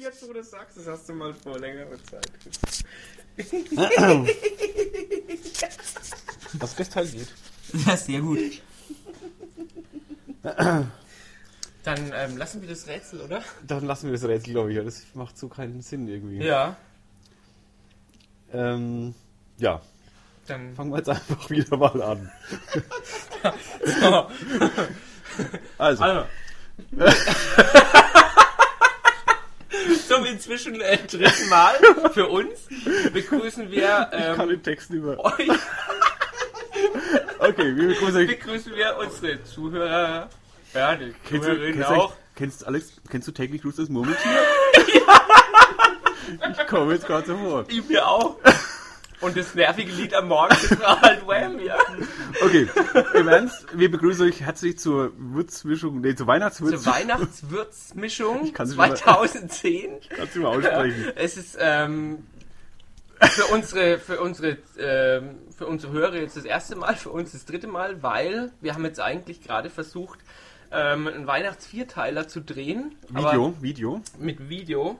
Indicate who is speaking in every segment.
Speaker 1: jetzt, wo du das sagst, das hast du mal vor längerer Zeit.
Speaker 2: Was Gesteil geht.
Speaker 3: Ja, sehr gut.
Speaker 1: Dann ähm, lassen wir das Rätsel, oder?
Speaker 2: Dann lassen wir das Rätsel, glaube ich. weil Das macht so keinen Sinn irgendwie.
Speaker 1: Ja.
Speaker 2: Ähm, ja,
Speaker 1: Dann.
Speaker 2: fangen wir jetzt einfach wieder mal an.
Speaker 1: Oh,
Speaker 2: Also,
Speaker 1: also. Zum inzwischen äh, dritten Mal für uns begrüßen wir
Speaker 2: ich kann
Speaker 1: ähm,
Speaker 2: den Text über.
Speaker 1: euch,
Speaker 2: Okay, wir begrüßen euch.
Speaker 1: begrüßen wir unsere Zuhörer, ja, die
Speaker 2: Kennst du,
Speaker 1: Zuhörerinnen
Speaker 2: kennst,
Speaker 1: auch.
Speaker 2: du, kennst, du Alex, kennst du täglich grüßt das Murmeltier? Ich komme jetzt gerade so vor.
Speaker 1: Ich mir auch. Und das nervige Lied am Morgen das war halt Wham, ja.
Speaker 2: Okay, im Ernst, wir begrüßen euch herzlich zur Würzmischung, nee, zur Weihnachtswürz.
Speaker 1: Zur Weihnachtswürzmischung
Speaker 2: Ich kann's nicht mehr-
Speaker 1: 2010.
Speaker 2: Kannst du mal aussprechen.
Speaker 1: Es ist ähm, für unsere, für unsere, ähm, für unsere Hörer jetzt das erste Mal, für uns das dritte Mal, weil wir haben jetzt eigentlich gerade versucht, ähm, einen Weihnachtsvierteiler zu drehen.
Speaker 2: Video, Video.
Speaker 1: Aber mit Video.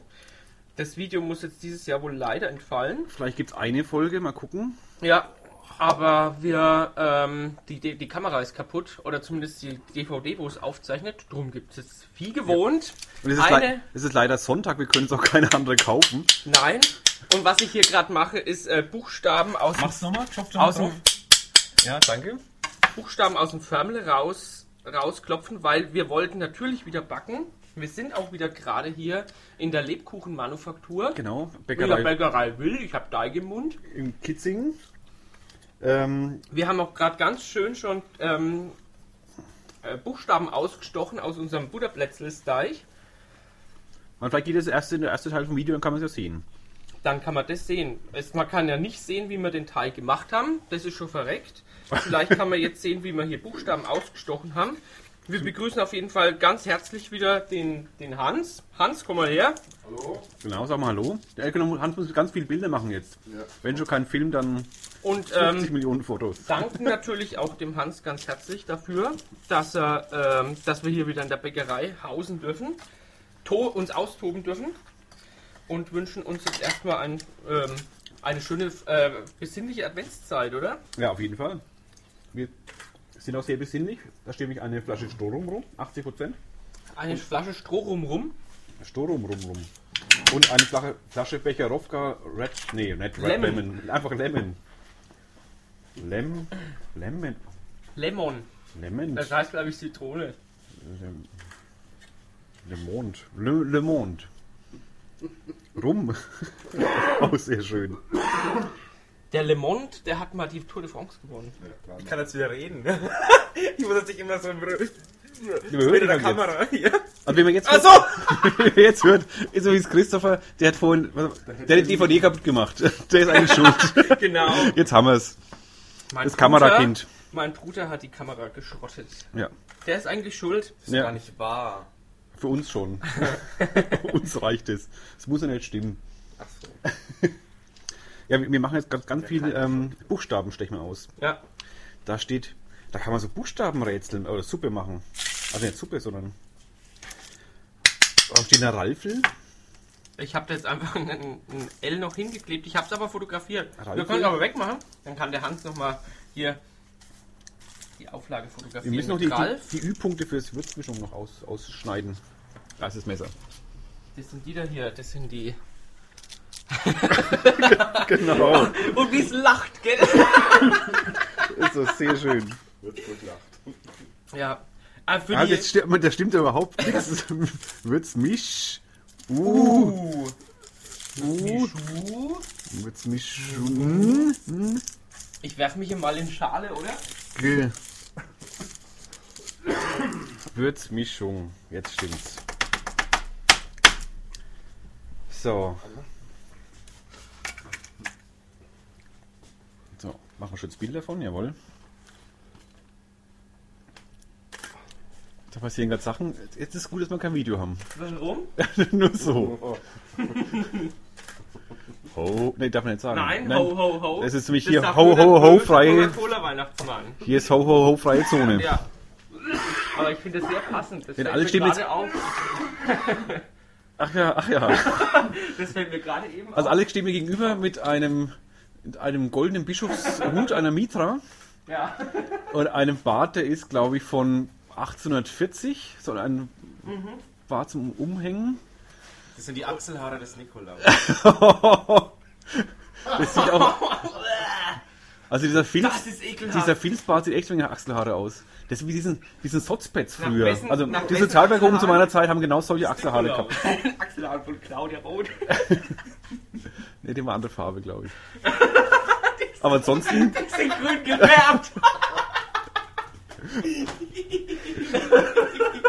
Speaker 1: Das Video muss jetzt dieses Jahr wohl leider entfallen.
Speaker 2: Vielleicht gibt's eine Folge, mal gucken.
Speaker 1: Ja, aber wir, ähm, die, die, die Kamera ist kaputt oder zumindest die DVD, wo es aufzeichnet. Drum gibt es jetzt wie gewohnt.
Speaker 2: Und es ist,
Speaker 1: Eine,
Speaker 2: le es ist leider Sonntag, wir können es auch keine andere kaufen.
Speaker 1: nein. Und was ich hier gerade mache, ist äh, Buchstaben aus,
Speaker 3: Mach's nochmal, klopf doch
Speaker 1: aus,
Speaker 3: drauf.
Speaker 1: dem,
Speaker 3: Ja, danke.
Speaker 1: Buchstaben aus dem Förmel raus, rausklopfen, weil wir wollten natürlich wieder backen. Wir sind auch wieder gerade hier in der Lebkuchenmanufaktur.
Speaker 2: Genau,
Speaker 1: In der
Speaker 2: Bäckerei
Speaker 1: Bäckerei Will, ich habe Teig im Mund.
Speaker 2: in Kitzingen. Ähm,
Speaker 1: Wir haben auch gerade ganz schön schon ähm, äh, Buchstaben ausgestochen aus unserem Butterblätzlesteich.
Speaker 2: man, vielleicht geht das erste, der erste Teil vom Video, dann kann man es ja sehen.
Speaker 1: Dann kann man das sehen. Es, man kann ja nicht sehen, wie wir den Teig gemacht haben. Das ist schon verreckt. Vielleicht kann man jetzt sehen, wie wir hier Buchstaben ausgestochen haben. Wir begrüßen auf jeden Fall ganz herzlich wieder den, den Hans. Hans, komm mal her.
Speaker 2: Genau, sag mal Hallo. Der Elke und Hans muss ganz viele Bilder machen jetzt. Wenn schon kein Film, dann 50
Speaker 1: Und ähm,
Speaker 2: Millionen Fotos.
Speaker 1: danken natürlich auch dem Hans ganz herzlich dafür, dass, er, ähm, dass wir hier wieder in der Bäckerei hausen dürfen, to uns austoben dürfen und wünschen uns jetzt erstmal ein, ähm, eine schöne, äh, besinnliche Adventszeit, oder?
Speaker 2: Ja, auf jeden Fall. Wir sind auch sehr besinnlich. Da steht nämlich eine Flasche Strohrum rum, 80 Prozent.
Speaker 1: Eine Flasche Stroh rum.
Speaker 2: Strohrum rum rum. Und eine Flasche, Flasche Becher Rovka Red, nee, nicht Red
Speaker 1: Lemon.
Speaker 2: Lemon. Einfach Lemon. Lem, Lemon,
Speaker 1: Lemon.
Speaker 2: Lemon,
Speaker 3: Äh,
Speaker 1: Das heißt, glaube ich, Zitrone.
Speaker 2: Lem, Le Monde, Le, Le Monde. Rum. Auch sehr schön.
Speaker 1: Der Lemond, der hat mal die Tour de France gewonnen.
Speaker 3: Ich kann jetzt wieder reden. ich muss jetzt nicht immer so
Speaker 2: Wir hören
Speaker 3: mit der
Speaker 2: ihn jetzt.
Speaker 3: Kamera. Ja.
Speaker 2: Also wenn man jetzt,
Speaker 3: Ach
Speaker 2: hört, wenn man jetzt hört, ist so wie es Christopher, der hat vorhin, was- der hat die DVD kaputt gemacht. Der ist eigentlich schuld.
Speaker 1: Genau.
Speaker 2: Jetzt haben wir es.
Speaker 1: Mein
Speaker 2: Das Kamerakind.
Speaker 1: Bruder- Mein Bruder hat die Kamera geschrottet.
Speaker 2: Ja.
Speaker 1: Der ist eigentlich schuld.
Speaker 3: Das ist
Speaker 2: Ja.
Speaker 3: gar nicht wahr.
Speaker 2: Für uns schon. Für uns reicht es. Es muss ja nicht stimmen.
Speaker 3: Ach so.
Speaker 2: Ja, wir wir machen jetzt ganz, ganz viele ähm, Buchstaben, stechen wir aus.
Speaker 1: Ja.
Speaker 2: Da steht, da kann man so Buchstabenrätseln oder Suppe machen. Also nicht Suppe, sondern. Da steht eine Ralfel.
Speaker 1: Ich habe da jetzt einfach ein, ein L noch hingeklebt. Ich habe es aber fotografiert.
Speaker 2: Ralf?
Speaker 1: Wir können es aber wegmachen. Dann kann der Hans nochmal hier die Auflage
Speaker 2: Wir
Speaker 1: fotografieren.
Speaker 2: müssen noch die,
Speaker 1: Mit
Speaker 2: die,
Speaker 1: Ralf.
Speaker 2: die Ü-Punkte fürs Würzmischung noch aus, ausschneiden. Das ist Messer.
Speaker 1: Das sind die da hier. Das sind die.
Speaker 2: Genau.
Speaker 1: Und wie es lacht, gell?
Speaker 2: ist so sehr schön.
Speaker 1: ja. Ah, für
Speaker 2: Ja,
Speaker 1: die,
Speaker 2: das, stimmt, das stimmt ja überhaupt nichts. Wird's mich. Uh,
Speaker 1: Uh.
Speaker 2: uh,
Speaker 1: Schuh.
Speaker 2: wird's mich. Mm,
Speaker 1: Ich werf mich hier mal in Schale, oder?
Speaker 2: ge- Würzmischung. Jetzt stimmt's. So. So, machen wir schönes Bild davon, jawohl. Da passieren gerade Sachen. Jetzt ist gut, dass wir kein Video haben.
Speaker 1: Warum?
Speaker 2: Nur so. Ho, nee, darf man nicht sagen.
Speaker 1: Nein, ho, ho, ho.
Speaker 2: Es ist nämlich
Speaker 1: Das
Speaker 2: hier
Speaker 1: darf
Speaker 2: ho,
Speaker 1: nur der
Speaker 2: ho, ho,
Speaker 1: böse
Speaker 2: frei.
Speaker 1: Coca-Cola-Weihnachtsmann.
Speaker 2: Hier ist ho, ho, ho, freie Zone.
Speaker 1: Ja. Aber ich finde das sehr passend. Das
Speaker 2: Denn
Speaker 1: fällt
Speaker 2: alle
Speaker 1: mir
Speaker 2: stehen jetzt-
Speaker 1: gerade auf.
Speaker 2: Ach ja, ach ja.
Speaker 1: Das fällt mir gerade eben
Speaker 2: Also
Speaker 1: auf.
Speaker 2: Alex steht mir gegenüber mit einem, mit einem goldenen Bischofshut, einer Mitra
Speaker 1: Ja.
Speaker 2: und einem Bart, der ist, glaube ich, von 1840. So ein Bart zum Umhängen.
Speaker 3: Das sind die Achselhaare des Nikolaus.
Speaker 2: Das sieht auch. Also dieser Filz,
Speaker 1: Das ist ekelhaft.
Speaker 2: dieser Filzbart sieht echt wie eine Achselhaare aus. Das ist wie diesen, diesen Sotzpets
Speaker 1: Nach
Speaker 2: früher.
Speaker 1: wessen-
Speaker 2: also
Speaker 1: nach
Speaker 2: diese
Speaker 1: wessen
Speaker 2: Talberg oben zu
Speaker 1: Achselhaare?
Speaker 2: meiner Zeit haben genau solche Achselhaare gehabt.
Speaker 1: Achselhaare von Claudia Roth.
Speaker 2: Ne, die war andere Farbe, glaube ich. Aber ansonsten,
Speaker 1: Die sind grün gefärbt.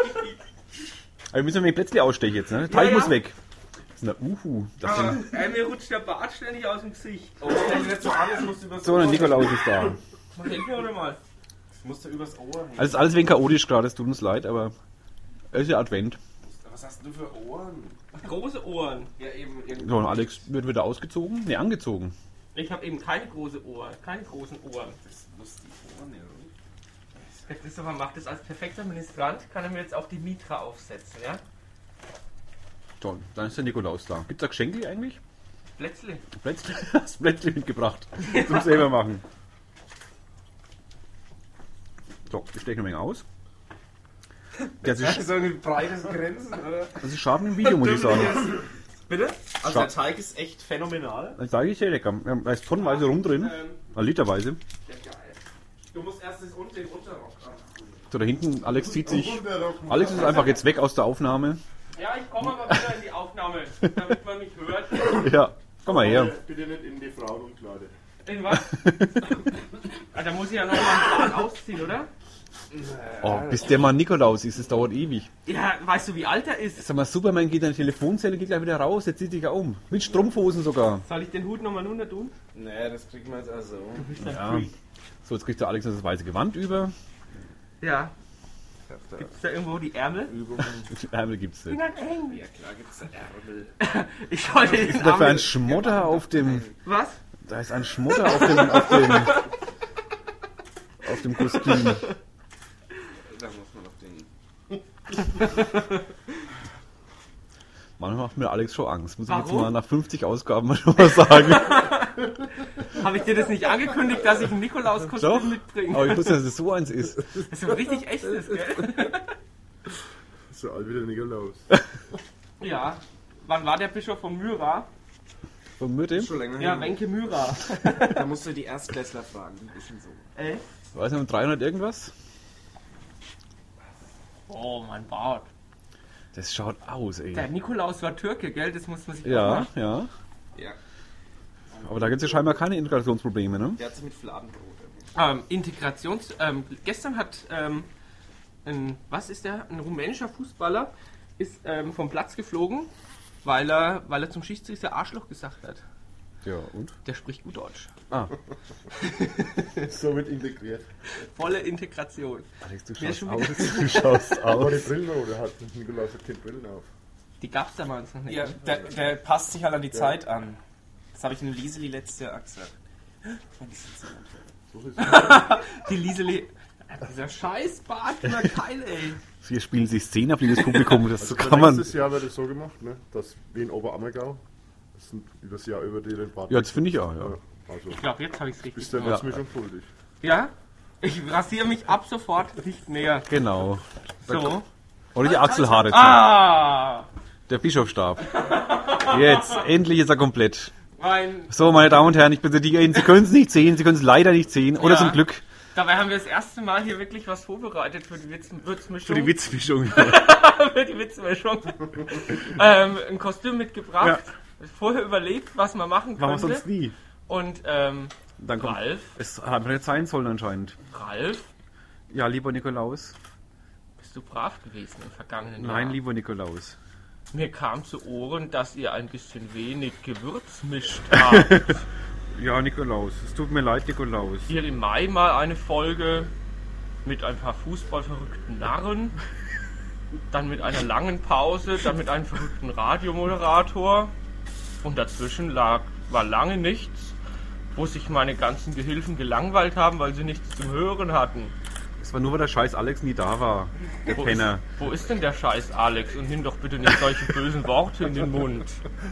Speaker 2: also wir müssen wir den Plätzchen ausstechen jetzt, ne? Der Teig
Speaker 1: Ja, Ah. ja.
Speaker 2: muss weg. Das ist eine Uhu. Das
Speaker 1: Aber
Speaker 2: sind,
Speaker 1: ey, mir rutscht der Bart ständig aus dem Gesicht.
Speaker 3: Oh, wenn du das so alles musst du übers
Speaker 2: so,
Speaker 3: Ohr.
Speaker 2: der Nikolaus ist da.
Speaker 1: Mach ich mir oder mal?
Speaker 3: Das musst du übers Ohr hängen.
Speaker 2: Also ist alles wegen chaotisch gerade, es tut uns leid, aber es ist ja Advent.
Speaker 3: Was hast du für Ohren?
Speaker 1: Große Ohren.
Speaker 3: Ja, eben.
Speaker 2: So, und Alex wird wieder ausgezogen? Ne, angezogen.
Speaker 1: Ich habe eben keine große Ohren. Keine großen Ohren.
Speaker 3: Das muss die Ohren, ja.
Speaker 1: Der Christopher macht das als perfekter Ministrant. Kann er mir jetzt auch die Mitra aufsetzen, ja?
Speaker 2: Toll, dann ist der Nikolaus da. Gibt's da Geschenke eigentlich?
Speaker 1: Plätzle.
Speaker 2: Plätzchen, das Plätzchen mitgebracht. Zum selber machen. So, ich stecke eine Menge aus. Das ist,
Speaker 1: Also,
Speaker 3: So ein breites Grinsen, oder?
Speaker 2: das ist scharf im Video, muss ich sagen.
Speaker 1: Bitte?
Speaker 3: Also der Teig ist echt phänomenal.
Speaker 2: Dann sage ich dir, lecker. Da ist tonnenweise rum drin.
Speaker 1: Ähm.
Speaker 2: Äh, literweise.
Speaker 1: Ja, geil.
Speaker 3: Du musst erst das unten den Unterrock anziehen.
Speaker 2: So, da hinten, Alex zieht sich.
Speaker 3: Unterrock muss
Speaker 2: Alex ist einfach jetzt weg aus der Aufnahme.
Speaker 1: Ja, ich komme aber wieder in die Aufnahme, damit man mich hört.
Speaker 2: Ja, komm mal her.
Speaker 4: Bitte nicht in die Frauenumkleide.
Speaker 1: In was? ah, da muss ich ja nochmal einen Bart ausziehen, oder?
Speaker 2: Oh, bis der Mann Nikolaus ist, es dauert ewig.
Speaker 1: Ja, weißt du, wie alt er ist?
Speaker 2: Sag mal, Superman geht in die Telefonzelle, geht gleich wieder raus, jetzt zieht sich ja um. Mit Strumpfhosen sogar.
Speaker 1: Soll ich den Hut nochmal runter tun?
Speaker 3: Nee, das kriegt man jetzt also.
Speaker 2: Ja. So, jetzt kriegt der Alex noch das weiße Gewand über.
Speaker 1: Ja. Ist da irgendwo die Ärmel?
Speaker 3: Übungen.
Speaker 2: Ärmel gibt's nicht.
Speaker 3: Ja, klar gibt's Ärmel.
Speaker 1: Ich sollte den
Speaker 2: Da war ein
Speaker 1: Ärmel...
Speaker 2: Schmutter auf dem.
Speaker 1: Was?
Speaker 2: Da ist ein Schmutter auf dem. Auf dem, auf dem Kostüm.
Speaker 3: Da muss man auf den.
Speaker 2: Manchmal macht mir Alex schon Angst. Muss ich jetzt
Speaker 1: Warum?
Speaker 2: mal nach 50 Ausgaben mal schon mal sagen.
Speaker 1: Habe ich dir das nicht angekündigt, dass ich ein
Speaker 2: Doch.
Speaker 1: Nikolaus-Kostüm mitbringe?
Speaker 2: Aber ich wusste, dass es so eins ist.
Speaker 1: Das ist ein richtig echtes, gell?
Speaker 4: So alt wie der Nikolaus.
Speaker 1: Ja. Wann war der Bischof von Myra?
Speaker 2: Von Mürte?
Speaker 3: Schon länger
Speaker 1: Ja, Wenke Myra.
Speaker 3: Da musst du die Erstklässler fragen, die wissen so.
Speaker 1: Ey.
Speaker 2: Weiß nicht, um 300 irgendwas?
Speaker 1: Oh, mein Bart.
Speaker 2: Das schaut aus,
Speaker 1: Der
Speaker 2: ey.
Speaker 1: Nikolaus war Türke, gell? Das muss man sich auch
Speaker 2: Ja,
Speaker 1: mal-
Speaker 2: ja.
Speaker 3: Ja.
Speaker 2: Aber da gibt's ja scheinbar keine Integrationsprobleme, ne?
Speaker 3: Der hat sie mit Fladenbrot erwischt.
Speaker 1: Ähm, Integrations. Ähm, gestern hat ähm, ein, was ist der? Ein rumänischer Fußballer ist ähm, vom Platz geflogen, weil er, weil er zum Schiedsrichter Arschloch gesagt hat.
Speaker 2: Ja, und?
Speaker 1: Der spricht gut Deutsch.
Speaker 2: Ah,
Speaker 4: So wird integriert.
Speaker 1: Volle Integration.
Speaker 2: Alex, du
Speaker 1: Mir
Speaker 2: schaust
Speaker 1: schon
Speaker 2: aus.
Speaker 1: wieder-
Speaker 2: Du schaust
Speaker 4: Aber die
Speaker 2: aus.
Speaker 4: Brillen oder hat Nikolaus hat keine Brillen auf?
Speaker 1: Die gab's damals noch nicht.
Speaker 3: Ja, der, der passt sich halt an die Zeit an. Das habe ich in Lieseli letzte Jahr gesagt.
Speaker 4: So ist es.
Speaker 1: Die Liseli. Dieser scheiß Bart immer geil, ey.
Speaker 2: Hier spielen sich Szenen auf jedes Publikum. Das
Speaker 4: Also
Speaker 2: kann man.
Speaker 4: Letztes Jahr wird es so gemacht, ne? dass wie in Oberammergau, das sind übers Jahr über die den Bart.
Speaker 2: Ja, das finde ich auch, ja.
Speaker 4: Ja, Also,
Speaker 1: Ich glaube, jetzt habe ich's richtig
Speaker 4: bis dann
Speaker 2: Ja.
Speaker 4: ist mir schon schuldig.
Speaker 1: Ja? Ich rasiere mich ab sofort nicht mehr.
Speaker 2: Genau.
Speaker 1: So.
Speaker 2: Oder die Achselhaare.
Speaker 1: Ah!
Speaker 2: Der Bischofsstab. Jetzt, endlich ist er komplett.
Speaker 1: Mein
Speaker 2: So, meine Damen und Herren, ich bitte die, Sie können es nicht sehen, Sie können es leider nicht sehen. Oder
Speaker 1: Ja.
Speaker 2: zum Glück
Speaker 1: Dabei haben wir das erste Mal hier wirklich was vorbereitet für die Witz Würzmischung.
Speaker 2: die Witzmischung.
Speaker 1: Für die Witzmischung. ähm, ein Kostüm mitgebracht. Vorher überlegt, was man machen
Speaker 2: Machen wir
Speaker 1: könnte.
Speaker 2: sonst nie.
Speaker 1: Und ähm,
Speaker 2: Dann kommt,
Speaker 1: Ralf,
Speaker 2: Es hat mir jetzt sein sollen anscheinend.
Speaker 1: Ralf,
Speaker 2: Ja, lieber Nikolaus.
Speaker 1: bist du brav gewesen im vergangenen Jahr?
Speaker 2: Nein, lieber Nikolaus.
Speaker 1: Mir kam zu Ohren, dass ihr ein bisschen wenig Gewürz mischt Ah. habt.
Speaker 2: Ja, Nikolaus. Es tut mir leid, Nikolaus.
Speaker 1: Hier im Mai mal eine Folge mit ein paar fußballverrückten Narren. Dann mit einer langen Pause, dann mit einem verrückten Radiomoderator. Und dazwischen lag, war lange nichts, wo sich meine ganzen Gehilfen gelangweilt haben, weil sie nichts zum Hören hatten.
Speaker 2: Es war nur, weil der scheiß Alex nie da war. Der
Speaker 1: Wo
Speaker 2: Penner.
Speaker 1: ist, wo ist denn der Scheiß, Alex? Und nimm doch bitte nicht solche bösen Worte in den Mund.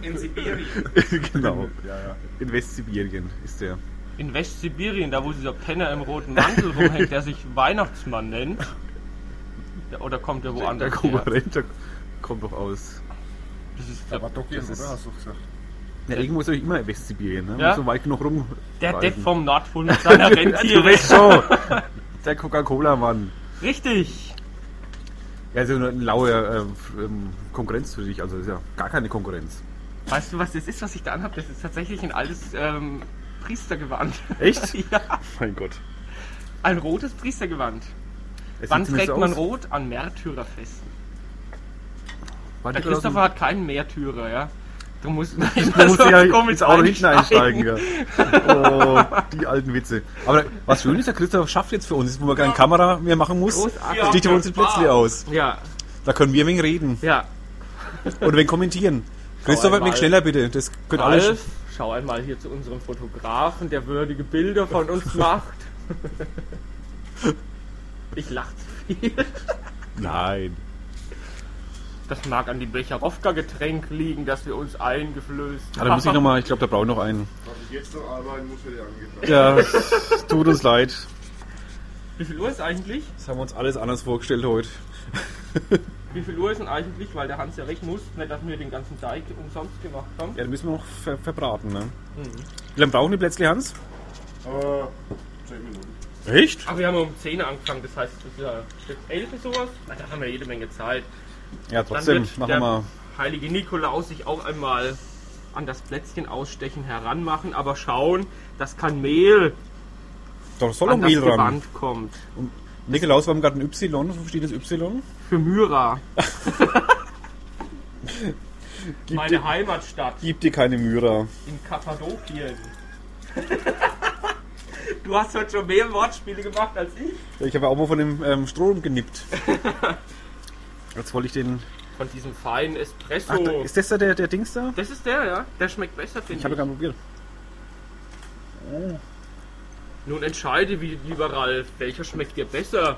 Speaker 3: In Sibirien.
Speaker 2: genau.
Speaker 4: Ja, ja.
Speaker 2: In Westsibirien ist der.
Speaker 1: In Westsibirien, da wo dieser Penner im roten Mantel rumhängt, der sich Weihnachtsmann nennt. Ja, Oder kommt der
Speaker 2: Der
Speaker 1: woanders her?
Speaker 2: Konkurrent, der kommt doch aus.
Speaker 1: Das ist
Speaker 4: Da
Speaker 1: der,
Speaker 4: war doch
Speaker 2: Das ist-
Speaker 4: oder? Hast du gesagt.
Speaker 2: Ja, irgendwo ist doch immer Westsibirien, ne?
Speaker 1: Ja.
Speaker 2: So weit genug rum.
Speaker 1: der Depp
Speaker 2: reisen.
Speaker 1: vom Nordpol mit seiner
Speaker 2: Du
Speaker 1: Rentiere.
Speaker 2: weißt schon. Der Coca-Cola-Mann.
Speaker 1: Richtig.
Speaker 2: Ja, so eine laue äh, f- ähm, Konkurrenz für dich. Also ist ja gar keine Konkurrenz.
Speaker 1: Weißt du, was das ist, was ich da anhab? Das ist tatsächlich ein altes ähm, Priestergewand.
Speaker 2: Echt?
Speaker 1: ja,
Speaker 2: mein Gott.
Speaker 1: ein rotes Priestergewand.
Speaker 2: Es
Speaker 1: Wann
Speaker 2: sieht zumindest
Speaker 1: trägt
Speaker 2: so
Speaker 1: man
Speaker 2: aus.
Speaker 1: rot? An Märtyrerfesten.
Speaker 2: Warte,
Speaker 1: Der
Speaker 2: ich glaub,
Speaker 1: Christopher hat keinen Märtyrer, ja. Du musst, nein,
Speaker 2: Da muss ich ja
Speaker 1: komm
Speaker 2: ins Auto hinten einsteigen. Ja. Oh, die alten Witze. Aber was schön ist, der Christoph schafft jetzt für uns, jetzt, wo man keine Kamera mehr machen muss,
Speaker 1: Großartig.
Speaker 2: steht er uns den Plätzchen aus.
Speaker 1: Ja,
Speaker 2: Da können wir wegen reden
Speaker 1: ja.
Speaker 2: oder wegen kommentieren. Christoph,
Speaker 1: einmal.
Speaker 2: mich schneller bitte. Das könnt alles.
Speaker 1: Ralf, schau einmal hier zu unserem Fotografen, der würdige Bilder von uns macht. Ich lach zu viel.
Speaker 2: Nein.
Speaker 1: Das mag an dem Becherowka-Getränk liegen, das wir uns eingeflößt
Speaker 2: Aber da muss ich nochmal, ich glaube, da brauche ich noch einen.
Speaker 4: Wenn ich jetzt noch arbeiten muss, hätte ich angefangen.
Speaker 2: Ja, tut uns leid.
Speaker 1: Wie viel Uhr ist eigentlich?
Speaker 2: Das haben wir uns alles anders vorgestellt heute.
Speaker 1: Wie viel Uhr ist denn eigentlich? Weil der Hans ja weg muss. Nicht, dass wir den ganzen Teig umsonst gemacht haben.
Speaker 2: Ja, den müssen wir noch ver verbraten, ne? Wie lange brauchen die Plätzchen, Hans?
Speaker 4: Äh, 10 Minuten.
Speaker 2: Echt?
Speaker 1: Aber wir haben um 10 Uhr angefangen, das heißt, es ist ja jetzt 11 Uhr sowas. Na, da haben wir jede Menge Zeit.
Speaker 2: Ja, trotzdem, machen wir
Speaker 1: der
Speaker 2: mal.
Speaker 1: heilige Nikolaus sich auch einmal an das Plätzchen ausstechen heranmachen, aber schauen, dass kein Mehl
Speaker 2: Da soll noch
Speaker 1: an das
Speaker 2: Mehl ran.
Speaker 1: Gewand kommt.
Speaker 2: Nikolaus, wir haben gerade ein Y, wofür steht das Y?
Speaker 1: Für Myra,
Speaker 2: Gibt
Speaker 1: meine Heimatstadt
Speaker 2: Gib dir keine Mührer.
Speaker 1: in Kappadokien. Du hast heute schon mehr Wortspiele gemacht als ich.
Speaker 2: Ja, Ich habe ja auch mal von dem ähm, Strom genippt. Jetzt wollte ich den.
Speaker 1: Von diesem feinen Espresso.
Speaker 2: Ach, da, ist das da der, der Dings da?
Speaker 1: das ist der, ja? Der schmeckt besser,
Speaker 2: Ich
Speaker 1: finde
Speaker 2: habe
Speaker 1: ich.
Speaker 2: gar nicht probiert.
Speaker 1: Nun entscheide, wie, lieber Ralf, welcher schmeckt dir besser?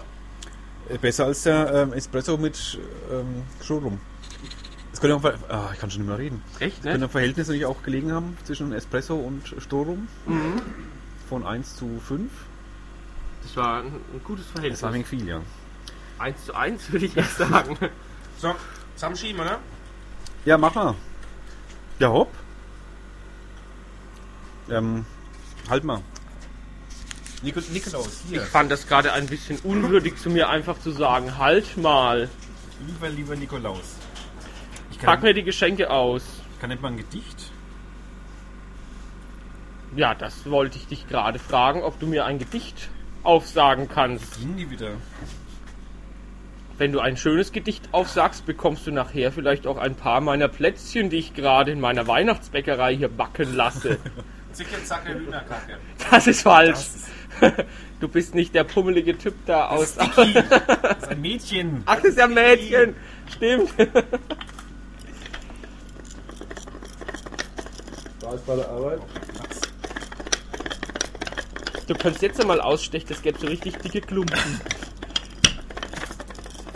Speaker 2: Äh, Besser als der ähm, Espresso mit ähm, Strom. Es könnte auch, ver- ah, ich kann schon nicht mehr reden.
Speaker 1: Echt,
Speaker 2: Es könnte im Verhältnis natürlich auch gelegen haben zwischen Espresso und Strom. Von 1 zu 5.
Speaker 1: Das war ein, ein gutes Verhältnis.
Speaker 2: Das war wegen viel, ja.
Speaker 1: 1 zu 1 würde ich jetzt sagen.
Speaker 3: So, zusammenschieben, oder?
Speaker 2: Ja, mach mal. Ja, hopp. Ähm, halt mal.
Speaker 3: Nikol Nikolaus, hier.
Speaker 1: Ich fand das gerade ein bisschen unwürdig zu mir einfach zu sagen, halt mal,
Speaker 3: Lieber, lieber Nikolaus. Ich
Speaker 1: pack
Speaker 3: kann,
Speaker 1: mir die Geschenke aus.
Speaker 3: kann nicht mal ein Gedicht.
Speaker 1: Ja, das wollte ich dich gerade fragen, ob du mir ein Gedicht aufsagen kannst.
Speaker 3: Gehen die wieder?
Speaker 1: Wenn du ein schönes Gedicht aufsagst, bekommst du nachher vielleicht auch ein paar meiner Plätzchen, die ich gerade in meiner Weihnachtsbäckerei hier backen lasse.
Speaker 3: Zicke, zacke, Hühnerkacke.
Speaker 1: Das ist falsch.
Speaker 3: Das ist,
Speaker 1: Du bist nicht der pummelige Typ da aus. Ach,
Speaker 3: das ist ein Mädchen.
Speaker 1: das ist ja ein Mädchen. Stimmt.
Speaker 4: Da ist bei der Arbeit.
Speaker 1: Du kannst jetzt einmal ausstechen, das gäbe so richtig dicke Klumpen.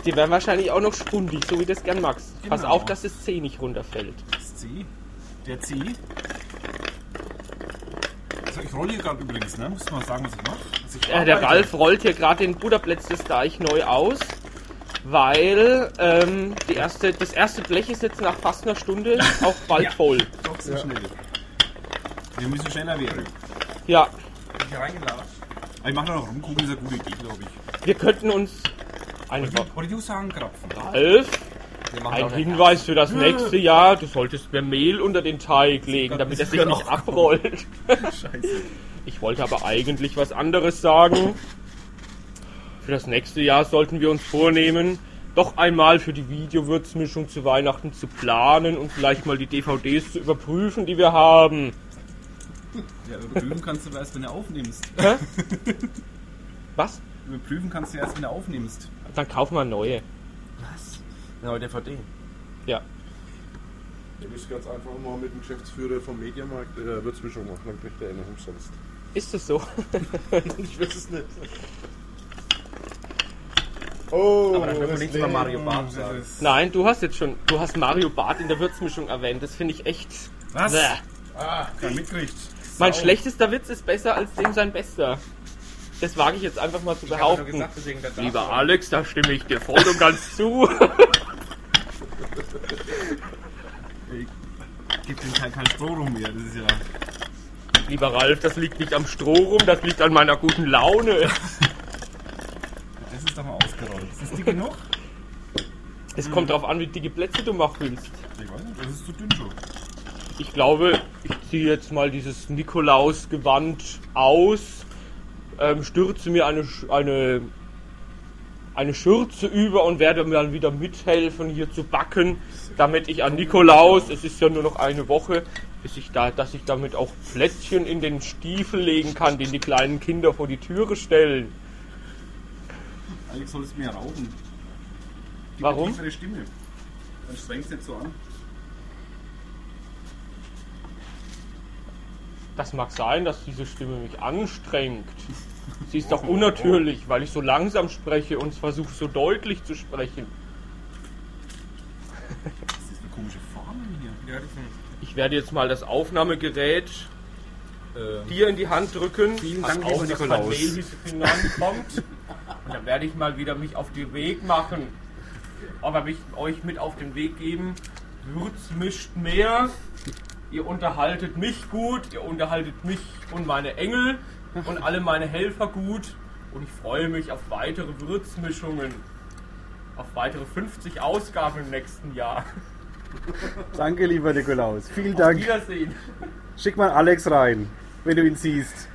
Speaker 1: Die wären wahrscheinlich auch noch spundig, so wie du es gern magst. Pass
Speaker 3: Genau.
Speaker 1: auf, dass das C nicht runterfällt.
Speaker 3: Das Zieh. Der Zieh. Also ich rolle hier gerade übrigens, ne? Muss man sagen, was ich mache. Also ich
Speaker 1: Äh, der
Speaker 3: arbeite.
Speaker 1: Ralf rollt hier gerade den Budaplätz des Deich neu aus, weil ähm, die erste, das erste Blech ist jetzt nach fast einer Stunde auch bald
Speaker 3: Ja.
Speaker 1: voll.
Speaker 3: Doch, so schnell. Wir müssen schneller werden.
Speaker 1: Ja,
Speaker 3: Ich hier reingelabert. Aber ich mache noch rumgucken, ist eine gute Idee, glaube ich.
Speaker 1: wir könnten uns... Eine
Speaker 3: Oder die Husarenkrapfen.
Speaker 1: Ralf,
Speaker 3: Wir machen
Speaker 1: ein Hinweis für das nächste Jahr, du solltest mir Mehl unter den Teig legen, damit er sich
Speaker 3: Ja,
Speaker 1: nicht
Speaker 3: noch.
Speaker 1: abrollt.
Speaker 3: Scheiße.
Speaker 1: Ich wollte aber eigentlich was anderes sagen. Für das nächste Jahr sollten wir uns vornehmen, doch einmal für die Videowürzmischung zu Weihnachten zu planen und vielleicht mal die DVDs zu überprüfen, die wir haben.
Speaker 3: Ja, überprüfen kannst du aber erst, wenn du aufnimmst.
Speaker 1: Hä? Was?
Speaker 3: Überprüfen kannst du erst, wenn du aufnimmst.
Speaker 2: Oh,
Speaker 1: Dann kaufen wir neue.
Speaker 3: Was? Na, aber DVD.
Speaker 1: Ja.
Speaker 4: Ihr müsst ganz einfach mal mit dem Geschäftsführer vom Mediamarkt äh, Würzmischung machen, dann kriegt er eine umsonst.
Speaker 1: Ist es so?
Speaker 4: Ich weiß es nicht. Oh,
Speaker 3: Aber dann können wir nichts über Mario Barth
Speaker 4: das
Speaker 3: sagen.
Speaker 4: ist-
Speaker 1: Nein, du hast jetzt schon, du hast Mario Bart in der Würzmischung erwähnt. Das finde ich echt.
Speaker 3: Was?
Speaker 1: Bäh.
Speaker 4: Ah, kein Mitkriegt.
Speaker 1: Mein schlechtester Witz ist besser als dem sein bester. Das wage ich jetzt einfach mal zu
Speaker 3: Ich hab ja nur
Speaker 1: behaupten.
Speaker 3: gesagt, deswegen der
Speaker 1: Lieber
Speaker 3: Dark-
Speaker 1: Alex, da stimme ich dir voll und ganz zu.
Speaker 3: Gibt ihm kein, kein Stroh rum hier, das ist ja.
Speaker 1: Lieber Ralf, das liegt nicht am Stroh rum, das liegt an meiner guten Laune.
Speaker 3: Das ist doch mal ausgerollt. Ist das dick genug?
Speaker 1: Es kommt drauf an, wie dicke Plätze du machst.
Speaker 3: Ich weiß nicht, das ist zu dünn schon.
Speaker 1: Ich glaube, ich ziehe jetzt mal dieses Nikolausgewand aus, ähm, stürze mir eine, Sch- eine, eine Schürze über und werde mir dann wieder mithelfen, hier zu backen, damit ich an Nikolaus, es ist ja nur noch eine Woche, bis ich da, dass ich damit auch Plätzchen in den Stiefel legen kann, den die kleinen Kinder vor die Türe stellen.
Speaker 5: Alex soll es mir rauben. Gib mir
Speaker 1: Warum?
Speaker 5: tiefere Stimme. Dann strengst du nicht so an.
Speaker 1: Das mag sein, dass diese Stimme mich anstrengt. Sie ist doch unnatürlich, weil ich so langsam spreche und versuche so deutlich zu sprechen.
Speaker 5: Das ist eine komische Form hier.
Speaker 3: Ja, das ist
Speaker 1: Ich werde jetzt mal das Aufnahmegerät äh, dir in die Hand drücken. Vielen
Speaker 6: Dank, lieber Nikolaus.
Speaker 1: kommt. Und dann werde ich mal wieder mich auf den Weg machen. Aber mich euch mit auf den Weg geben. Würz mischt mehr. Ihr unterhaltet mich gut. Ihr unterhaltet mich und meine Engel und alle meine Helfer gut. Und ich freue mich auf weitere Würzmischungen. Auf weitere 50 Ausgaben im nächsten Jahr.
Speaker 2: Danke, lieber Nikolaus. Vielen
Speaker 1: Auf
Speaker 2: Dank.
Speaker 1: Wiedersehen.
Speaker 2: Schick mal Alex rein, wenn du ihn siehst.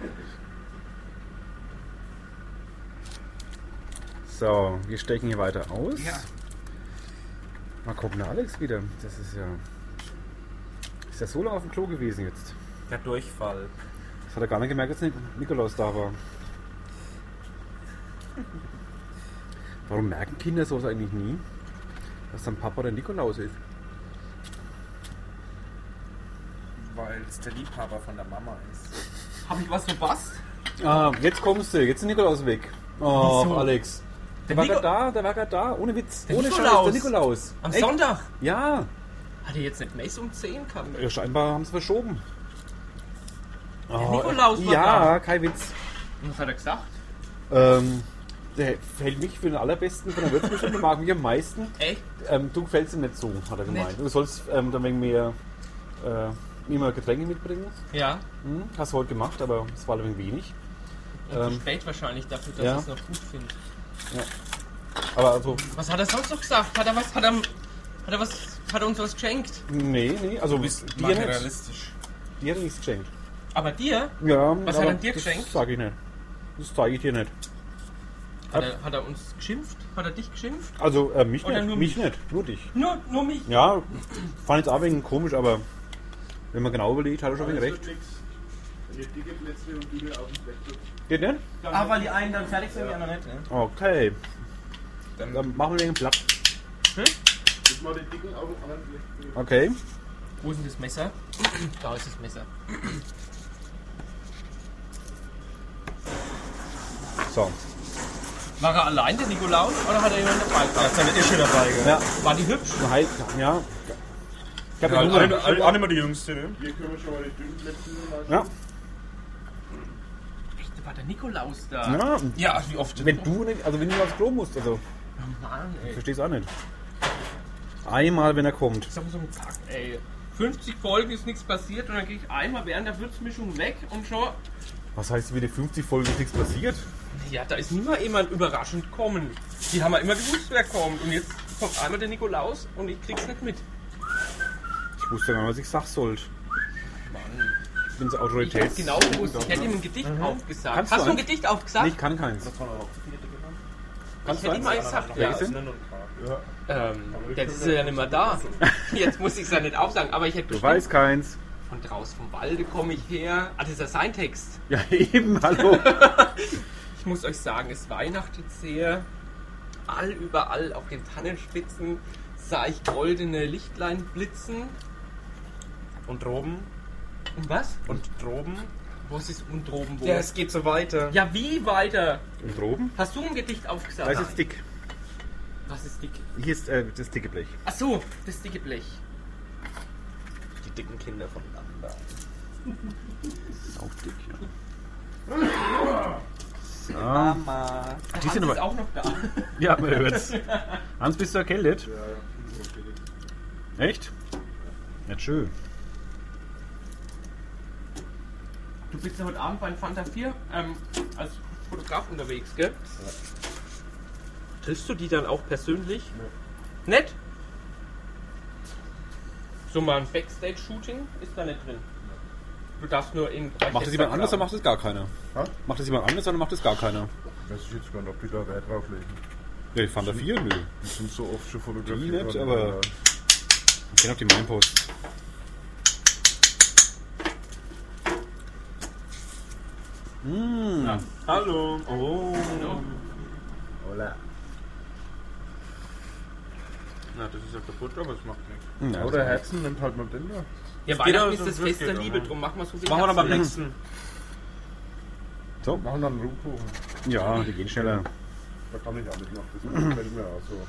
Speaker 2: So, wir stecken hier weiter aus.
Speaker 3: Ja.
Speaker 2: Mal gucken, der Alex wieder. Das ist ja. Ist der Solo auf dem Klo gewesen jetzt?
Speaker 3: der Durchfall.
Speaker 2: Das hat er gar nicht gemerkt, dass Nik Nikolaus da war. Warum merken Kinder sowas eigentlich nie? Dass dann Papa der Nikolaus ist.
Speaker 3: Weil es der Liebhaber von der Mama ist.
Speaker 1: Habe ich was verpasst?
Speaker 2: Ah, jetzt kommst du, jetzt ist Nikolaus weg. Oh,
Speaker 3: Wieso?
Speaker 2: Alex. Der war grad da, der war grad da, ohne Witz,
Speaker 1: Der
Speaker 2: ohne Scheiß,
Speaker 1: Nikolaus.
Speaker 2: der Nikolaus.
Speaker 1: Am
Speaker 2: Echt?
Speaker 1: Sonntag.
Speaker 2: Ja.
Speaker 1: Hat er jetzt nicht Mace um 10 kann?
Speaker 2: ja, scheinbar haben sie verschoben. Oh,
Speaker 1: Nikolaus war
Speaker 2: Ja, kein Witz.
Speaker 1: Was hat er gesagt?
Speaker 2: Ähm, der hält mich für den allerbesten von der Würzmischung, der mag mich am meisten.
Speaker 1: Echt?
Speaker 2: Ähm, du gefällst ihm nicht so, hat er gemeint. Du sollst ähm, dann wegen mir äh, immer Getränke mitbringen.
Speaker 1: Ja.
Speaker 2: Hm, hast du heute gemacht, aber es war ein wenig wenig.
Speaker 1: Und
Speaker 2: Ähm,
Speaker 1: zu spät wahrscheinlich dafür, dass
Speaker 2: ja.
Speaker 1: ich es noch gut finde.
Speaker 2: Aber also,
Speaker 1: Was hat er sonst noch gesagt? Hat er was, hat er, hat er was, hat er uns was geschenkt?
Speaker 2: nee, nee, also dir nicht.
Speaker 3: materialistisch.
Speaker 2: Dir nichts geschenkt.
Speaker 1: Aber dir?
Speaker 2: Ja,
Speaker 1: Was hat er dir geschenkt?
Speaker 2: Das sage ich nicht. Das zeige ich dir nicht.
Speaker 1: Hat er, hat er uns geschimpft? Hat er dich geschimpft?
Speaker 2: Also äh, mich
Speaker 1: Oder
Speaker 2: nicht,
Speaker 1: nur
Speaker 2: mich nicht, nur dich.
Speaker 1: Nur, nur mich.
Speaker 2: Ja, fand jetzt auch ein wenig komisch, aber wenn man genau überlegt, hat er schon
Speaker 4: Das
Speaker 2: wegen
Speaker 4: wird
Speaker 2: recht.
Speaker 4: nix. Wenn ihr dicke Plätze und dicke auf dem Bett drückt,
Speaker 2: Geht nicht?
Speaker 3: Ah, weil die einen dann fertig sind, die anderen nicht, ne?
Speaker 2: Okay,
Speaker 3: Dann,
Speaker 2: dann machen wir den Platz.
Speaker 4: Jetzt mal den dicken auf dem anderen Blech drücken.
Speaker 2: Okay,
Speaker 1: Wo ist denn das Messer? Da ist das Messer.
Speaker 2: so.
Speaker 1: War er allein, der Nikolaus, oder hat er jemanden dabei
Speaker 3: da
Speaker 1: gehabt?
Speaker 3: ist eine Ische dabei, gell?
Speaker 2: Ja,
Speaker 1: War die hübsch?
Speaker 2: ein Heiß, ja. Ich hab
Speaker 3: Ja,
Speaker 2: ja,
Speaker 3: auch
Speaker 2: Hunger.
Speaker 3: nicht- auch nicht mehr die Jüngste, ne?
Speaker 4: Hier können wir schon mal die dünnen Plätze nehmen.
Speaker 3: also-
Speaker 2: Ja,
Speaker 1: Echt, war der Nikolaus da?
Speaker 2: ja.
Speaker 3: Ja, wie oft?
Speaker 2: Wenn du nicht, also wenn du mal aufs Klo musst, also
Speaker 1: Mann,
Speaker 2: ich
Speaker 1: ey.
Speaker 2: versteh's auch nicht. Einmal, wenn er kommt.
Speaker 1: Ich sag so einen Tag, ey. 50 Folgen ist nichts passiert und dann gehe ich einmal während der Würzmischung weg und schon
Speaker 2: Was heißt, wie die 50 Folgen ist nichts passiert?
Speaker 1: Ja, da ist nie mal jemand überraschend kommen. Die haben ja immer gewusst, wer kommt. Und jetzt kommt einmal der Nikolaus und ich krieg's nicht mit.
Speaker 2: Ich wusste gar nicht, was ich sagen sollte.
Speaker 1: Mann.
Speaker 2: Ich bin's
Speaker 1: Ich hätte
Speaker 2: Autorität.
Speaker 1: genau gewusst. Ich hätte ihm ein Gedicht aufgesagt.
Speaker 2: Mhm.
Speaker 1: Hast
Speaker 2: Kannst du
Speaker 1: du ein
Speaker 2: eins?
Speaker 1: Gedicht aufgesagt?
Speaker 2: Nee, ich kann keins.
Speaker 1: ich hätte ihm mal gesagt.
Speaker 2: Wer
Speaker 1: Ja.
Speaker 2: ist denn?
Speaker 1: Ähm, jetzt ist er ja nicht mehr da. Jetzt muss ich's ja nicht aufsagen. Aber ich hätte
Speaker 2: Du
Speaker 1: bestimmt-
Speaker 2: weißt keins.
Speaker 1: Von draus vom Walde komme ich her. Ah, das ist ja sein Text.
Speaker 2: Ja, eben, hallo.
Speaker 1: Ich muss euch sagen, es weihnachtet sehr. All überall auf den Tannenspitzen sah ich goldene Lichtlein blitzen.
Speaker 3: Und droben.
Speaker 1: Und was?
Speaker 3: Und droben.
Speaker 1: Was ist und oben wo?
Speaker 3: Ja, es geht so weiter.
Speaker 1: Ja, wie weiter?
Speaker 2: Und oben?
Speaker 1: Hast du ein Gedicht aufgesagt?
Speaker 2: Da ist jetzt dick.
Speaker 1: Was ist dick?
Speaker 7: Hier ist äh, das dicke Blech.
Speaker 1: Ach so, das dicke Blech. Die dicken Kinder von Lambda.
Speaker 2: Auch dick, ja.
Speaker 3: Mama.
Speaker 1: Der
Speaker 2: Die
Speaker 1: Hans
Speaker 2: sind
Speaker 1: ist
Speaker 2: aber-
Speaker 1: auch noch da.
Speaker 2: Ja, man hört's. Hans, bist du erkältet?
Speaker 4: Ja, ja. Okay.
Speaker 2: Echt? Nicht schön.
Speaker 1: Du bist ja heute Abend bei Fanta 4 ähm, als Fotograf unterwegs, gell? Triffst du die dann auch persönlich? Nett? So mal ein Backstage-Shooting ist da nicht drin. Du darfst nur in. bei
Speaker 2: Macht das jemand
Speaker 1: Fenster
Speaker 2: anders, dann
Speaker 1: graben.
Speaker 2: macht das gar keiner.
Speaker 4: Ha?
Speaker 2: Macht das jemand anders, dann macht das gar keiner.
Speaker 4: Weiß ich jetzt gar nicht, ob die da Wert drauf legen.
Speaker 2: Ja, ich fand da vier, nö.
Speaker 4: Die sind so oft schon
Speaker 2: Die
Speaker 4: fotografiert
Speaker 2: nicht,
Speaker 4: worden.
Speaker 2: aber- Ich kenne auch die Mainpost. Mmh.
Speaker 3: Hallo.
Speaker 2: Oh.
Speaker 4: Hola.
Speaker 8: Na, das ist ja kaputt, aber es macht nichts.
Speaker 2: Hm, Ja,
Speaker 4: Oder Herzen nimmt halt mal den da.
Speaker 1: Ja,
Speaker 3: Geht
Speaker 1: Weihnachten
Speaker 3: aber
Speaker 1: ist
Speaker 3: so
Speaker 1: das
Speaker 3: ein
Speaker 1: Fest der
Speaker 3: Glück,
Speaker 1: Liebe,
Speaker 3: oder?
Speaker 1: drum machen wir so viel.
Speaker 3: Machen wir dann beim
Speaker 1: Herzen.
Speaker 3: nächsten.
Speaker 2: so.
Speaker 4: Machen dann einen Rundkuchen.
Speaker 2: ja, die gehen schneller.
Speaker 4: Da kann ich auch mitmachen. Das gefällt mir auch so.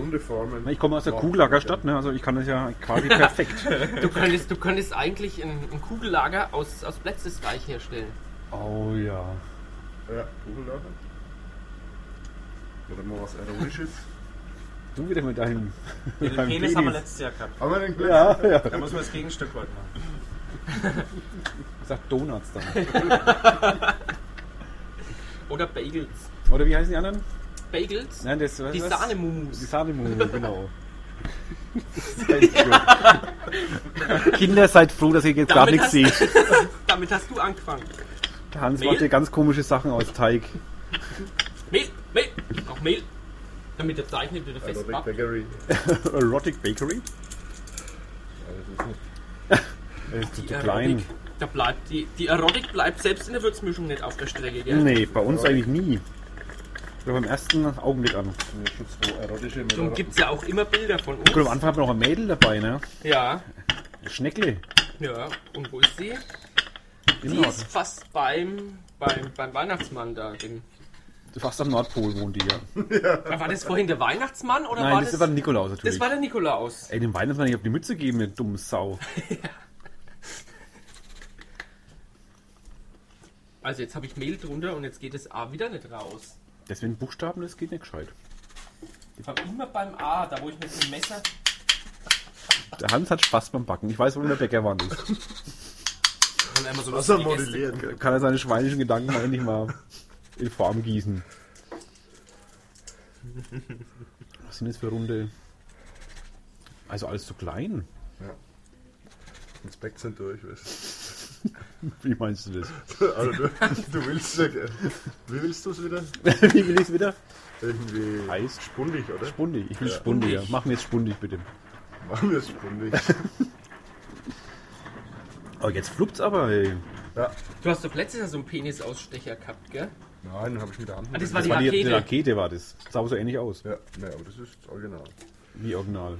Speaker 4: Runde Formen.
Speaker 2: Ich komme aus der
Speaker 4: Ja.
Speaker 2: Kugellagerstadt, ne? also ich kann das ja quasi perfekt.
Speaker 1: Du könntest, du könntest eigentlich ein, ein Kugellager aus, aus Plätzesteig herstellen.
Speaker 2: oh ja.
Speaker 4: Ja, Kugellager. Oder mal was Erotisches.
Speaker 2: Du wieder mit deinem, mit
Speaker 3: Den
Speaker 2: deinem
Speaker 3: Penis haben wir
Speaker 2: Penis.
Speaker 3: letztes Jahr gehabt.
Speaker 4: Haben wir den Glück?
Speaker 2: Ja, ja.
Speaker 3: Da müssen wir das Gegenstück heute machen.
Speaker 2: Sagt Donuts dann.
Speaker 1: Oder Bagels.
Speaker 2: Oder wie heißen die anderen?
Speaker 1: Bagels?
Speaker 2: Nein, das, was,
Speaker 1: die
Speaker 2: was? Die
Speaker 1: Sahnemumus.
Speaker 2: Sahnemumu, genau. Kinder, seid froh, dass ihr jetzt gar
Speaker 1: Damit
Speaker 2: nichts seht.
Speaker 1: Damit hast du angefangen.
Speaker 2: Der Hans
Speaker 1: Mehl?
Speaker 2: macht hier ganz komische Sachen aus Teig.
Speaker 1: Mehl, Mehl, noch Mehl. Damit der Teig nicht wieder
Speaker 4: Also Rick
Speaker 1: festpappt.
Speaker 4: Bakery.
Speaker 2: Erotic Bakery?
Speaker 4: Also das ist nicht.
Speaker 2: Das ist zu,
Speaker 1: Die
Speaker 2: zu klein.
Speaker 1: Erotik, Da bleibt die, die Erotik bleibt selbst in der Würzmischung nicht auf der Strecke, gell?
Speaker 2: Nee, bei uns eigentlich nie. Nur beim ersten Augenblick an.
Speaker 4: Mir schutz wo erotische
Speaker 1: Darum
Speaker 4: Männer.
Speaker 1: gibt es ja auch immer Bilder von
Speaker 2: Gut, am
Speaker 1: uns.
Speaker 2: Anfang hat man noch ein Mädel dabei, ne?
Speaker 1: Ja,
Speaker 2: Schneckle.
Speaker 1: ja. Und wo ist sie? Die
Speaker 2: Norden.
Speaker 1: ist fast beim, beim, beim Weihnachtsmann da. Im,
Speaker 2: Fast am Nordpol wohnt die ja.
Speaker 1: war das vorhin der Weihnachtsmann oder
Speaker 2: Nein,
Speaker 1: war
Speaker 2: das
Speaker 1: das?
Speaker 2: ist aber Nikolaus natürlich.
Speaker 1: das war der Nikolaus.
Speaker 2: Ey, dem Weihnachtsmann nicht auf die Mütze geben, ihr dumme Sau.
Speaker 1: Also jetzt habe ich Mehl drunter und jetzt geht das A wieder nicht raus.
Speaker 2: Das sind Buchstaben, das geht nicht gescheit.
Speaker 1: Ich war immer beim A, da wo ich mit dem Messer.
Speaker 2: Der Hans hat Spaß beim Backen. Ich weiß, warum der Bäckerwand ist.
Speaker 1: Und einmal so
Speaker 4: Wasser
Speaker 1: lustige Gäste.
Speaker 4: modellieren.
Speaker 2: Kann er seine schweinischen Gedanken mal endlich mal in Form gießen. Was sind jetzt für Runde? Also alles zu klein.
Speaker 4: Inspekt sind durch, weißt
Speaker 2: Wie meinst du das?
Speaker 4: du. Also du, du willst ja. gell. Wie willst du es wieder?
Speaker 2: Wie will ich es wieder?
Speaker 4: Irgendwie.
Speaker 2: Eis.
Speaker 4: Spundig, oder?
Speaker 2: Spundig. Ich will spundig. Ja. Mach mir jetzt spundig, bitte.
Speaker 4: Machen wir spundig.
Speaker 2: Oh, jetzt fluppt's aber, ey.
Speaker 4: ja.
Speaker 1: Du hast doch letztes Jahr so einen Penisausstecher gehabt, gell?
Speaker 4: Nein, habe ich mit der Hand.
Speaker 1: Ah, das war
Speaker 4: nicht.
Speaker 1: die
Speaker 2: War Also die, die
Speaker 1: Rakete.
Speaker 2: Rakete war das. Sah so ähnlich aus.
Speaker 4: Ja, ne, aber das ist das original.
Speaker 2: Wie original.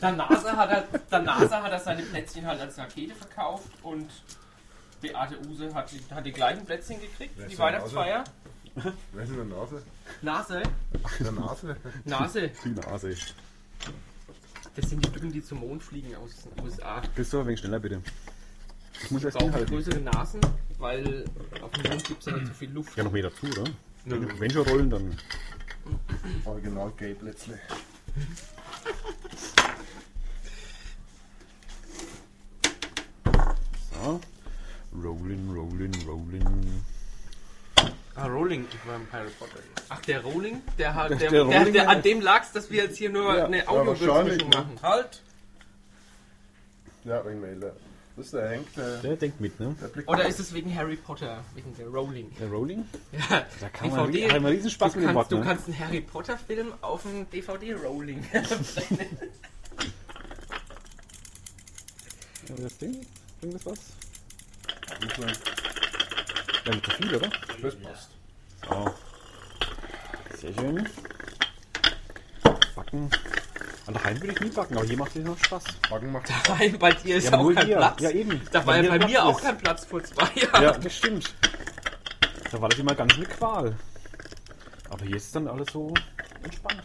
Speaker 1: Der NASA, hat er, der NASA hat er seine Plätzchen halt als Rakete verkauft und Beate Use hat, die- hat die gleichen Plätzchen gekriegt für
Speaker 4: Wer
Speaker 1: die
Speaker 4: ist denn
Speaker 1: Weihnachtsfeier.
Speaker 4: Wer ist in der Nase?
Speaker 1: Nase,
Speaker 4: In der Nase?
Speaker 1: Nase,
Speaker 2: Die Nase.
Speaker 1: das sind die Typen, die zum Mond fliegen aus den USA.
Speaker 2: Christopher, wegen schneller, bitte. Ich muss erst
Speaker 1: Brauchen
Speaker 2: hinhalten.
Speaker 1: größere Nasen, weil auf dem Mond gibt es ja nicht so viel Luft.
Speaker 2: Ja, noch mehr dazu, oder? Wenn schon rollen, dann.
Speaker 4: Original Gabe letztlich.
Speaker 2: So. Rolling, rolling, rolling.
Speaker 3: Ah, Rolling, ich war im Harry Potter.
Speaker 1: Ach, der Rowling, der hat, der,
Speaker 2: Der
Speaker 1: der, der,
Speaker 2: Rowling,
Speaker 1: an dem lag's, dass wir jetzt hier nur
Speaker 2: Ja,
Speaker 1: eine
Speaker 4: wahrscheinlich,
Speaker 1: Audiowürzmischung
Speaker 4: ne?
Speaker 1: machen. Halt!
Speaker 4: Ja, wegen der Elder. Das ist der äh, Henk, der,
Speaker 2: Der denkt mit, ne?
Speaker 4: der Blick.
Speaker 1: Oder ist es wegen Harry Potter, wegen der Rowling?
Speaker 2: Der Rolling?
Speaker 1: Ja,
Speaker 2: Da kann man, rie- hat man riesen
Speaker 1: Du
Speaker 2: Spaß mit dem
Speaker 1: kannst,
Speaker 2: Wort,
Speaker 1: du
Speaker 2: ne?
Speaker 1: kannst einen Harry Potter Film auf ein DVD Rolling.
Speaker 2: Ja, Das Ding? Bringt das was?
Speaker 4: Muss man-
Speaker 2: Ja, mit zu viel, oder?
Speaker 4: Das passt.
Speaker 2: So. Sehr schön. Backen. An daheim würde ich nie backen, aber hier macht es noch Spaß.
Speaker 4: Backen macht
Speaker 1: Nein, bei dir ist
Speaker 2: Ja,
Speaker 1: auch
Speaker 2: nur
Speaker 1: kein
Speaker 2: hier.
Speaker 1: Platz.
Speaker 2: Ja, eben.
Speaker 1: Da war
Speaker 2: Bei
Speaker 1: ja
Speaker 2: mir
Speaker 1: bei mir
Speaker 2: Platz
Speaker 1: auch
Speaker 2: ist.
Speaker 1: kein Platz vor zwei Jahren.
Speaker 2: Ja, Ah, das stimmt. Da war das immer ganz eine Qual. Aber hier ist dann alles so
Speaker 4: Entspannt.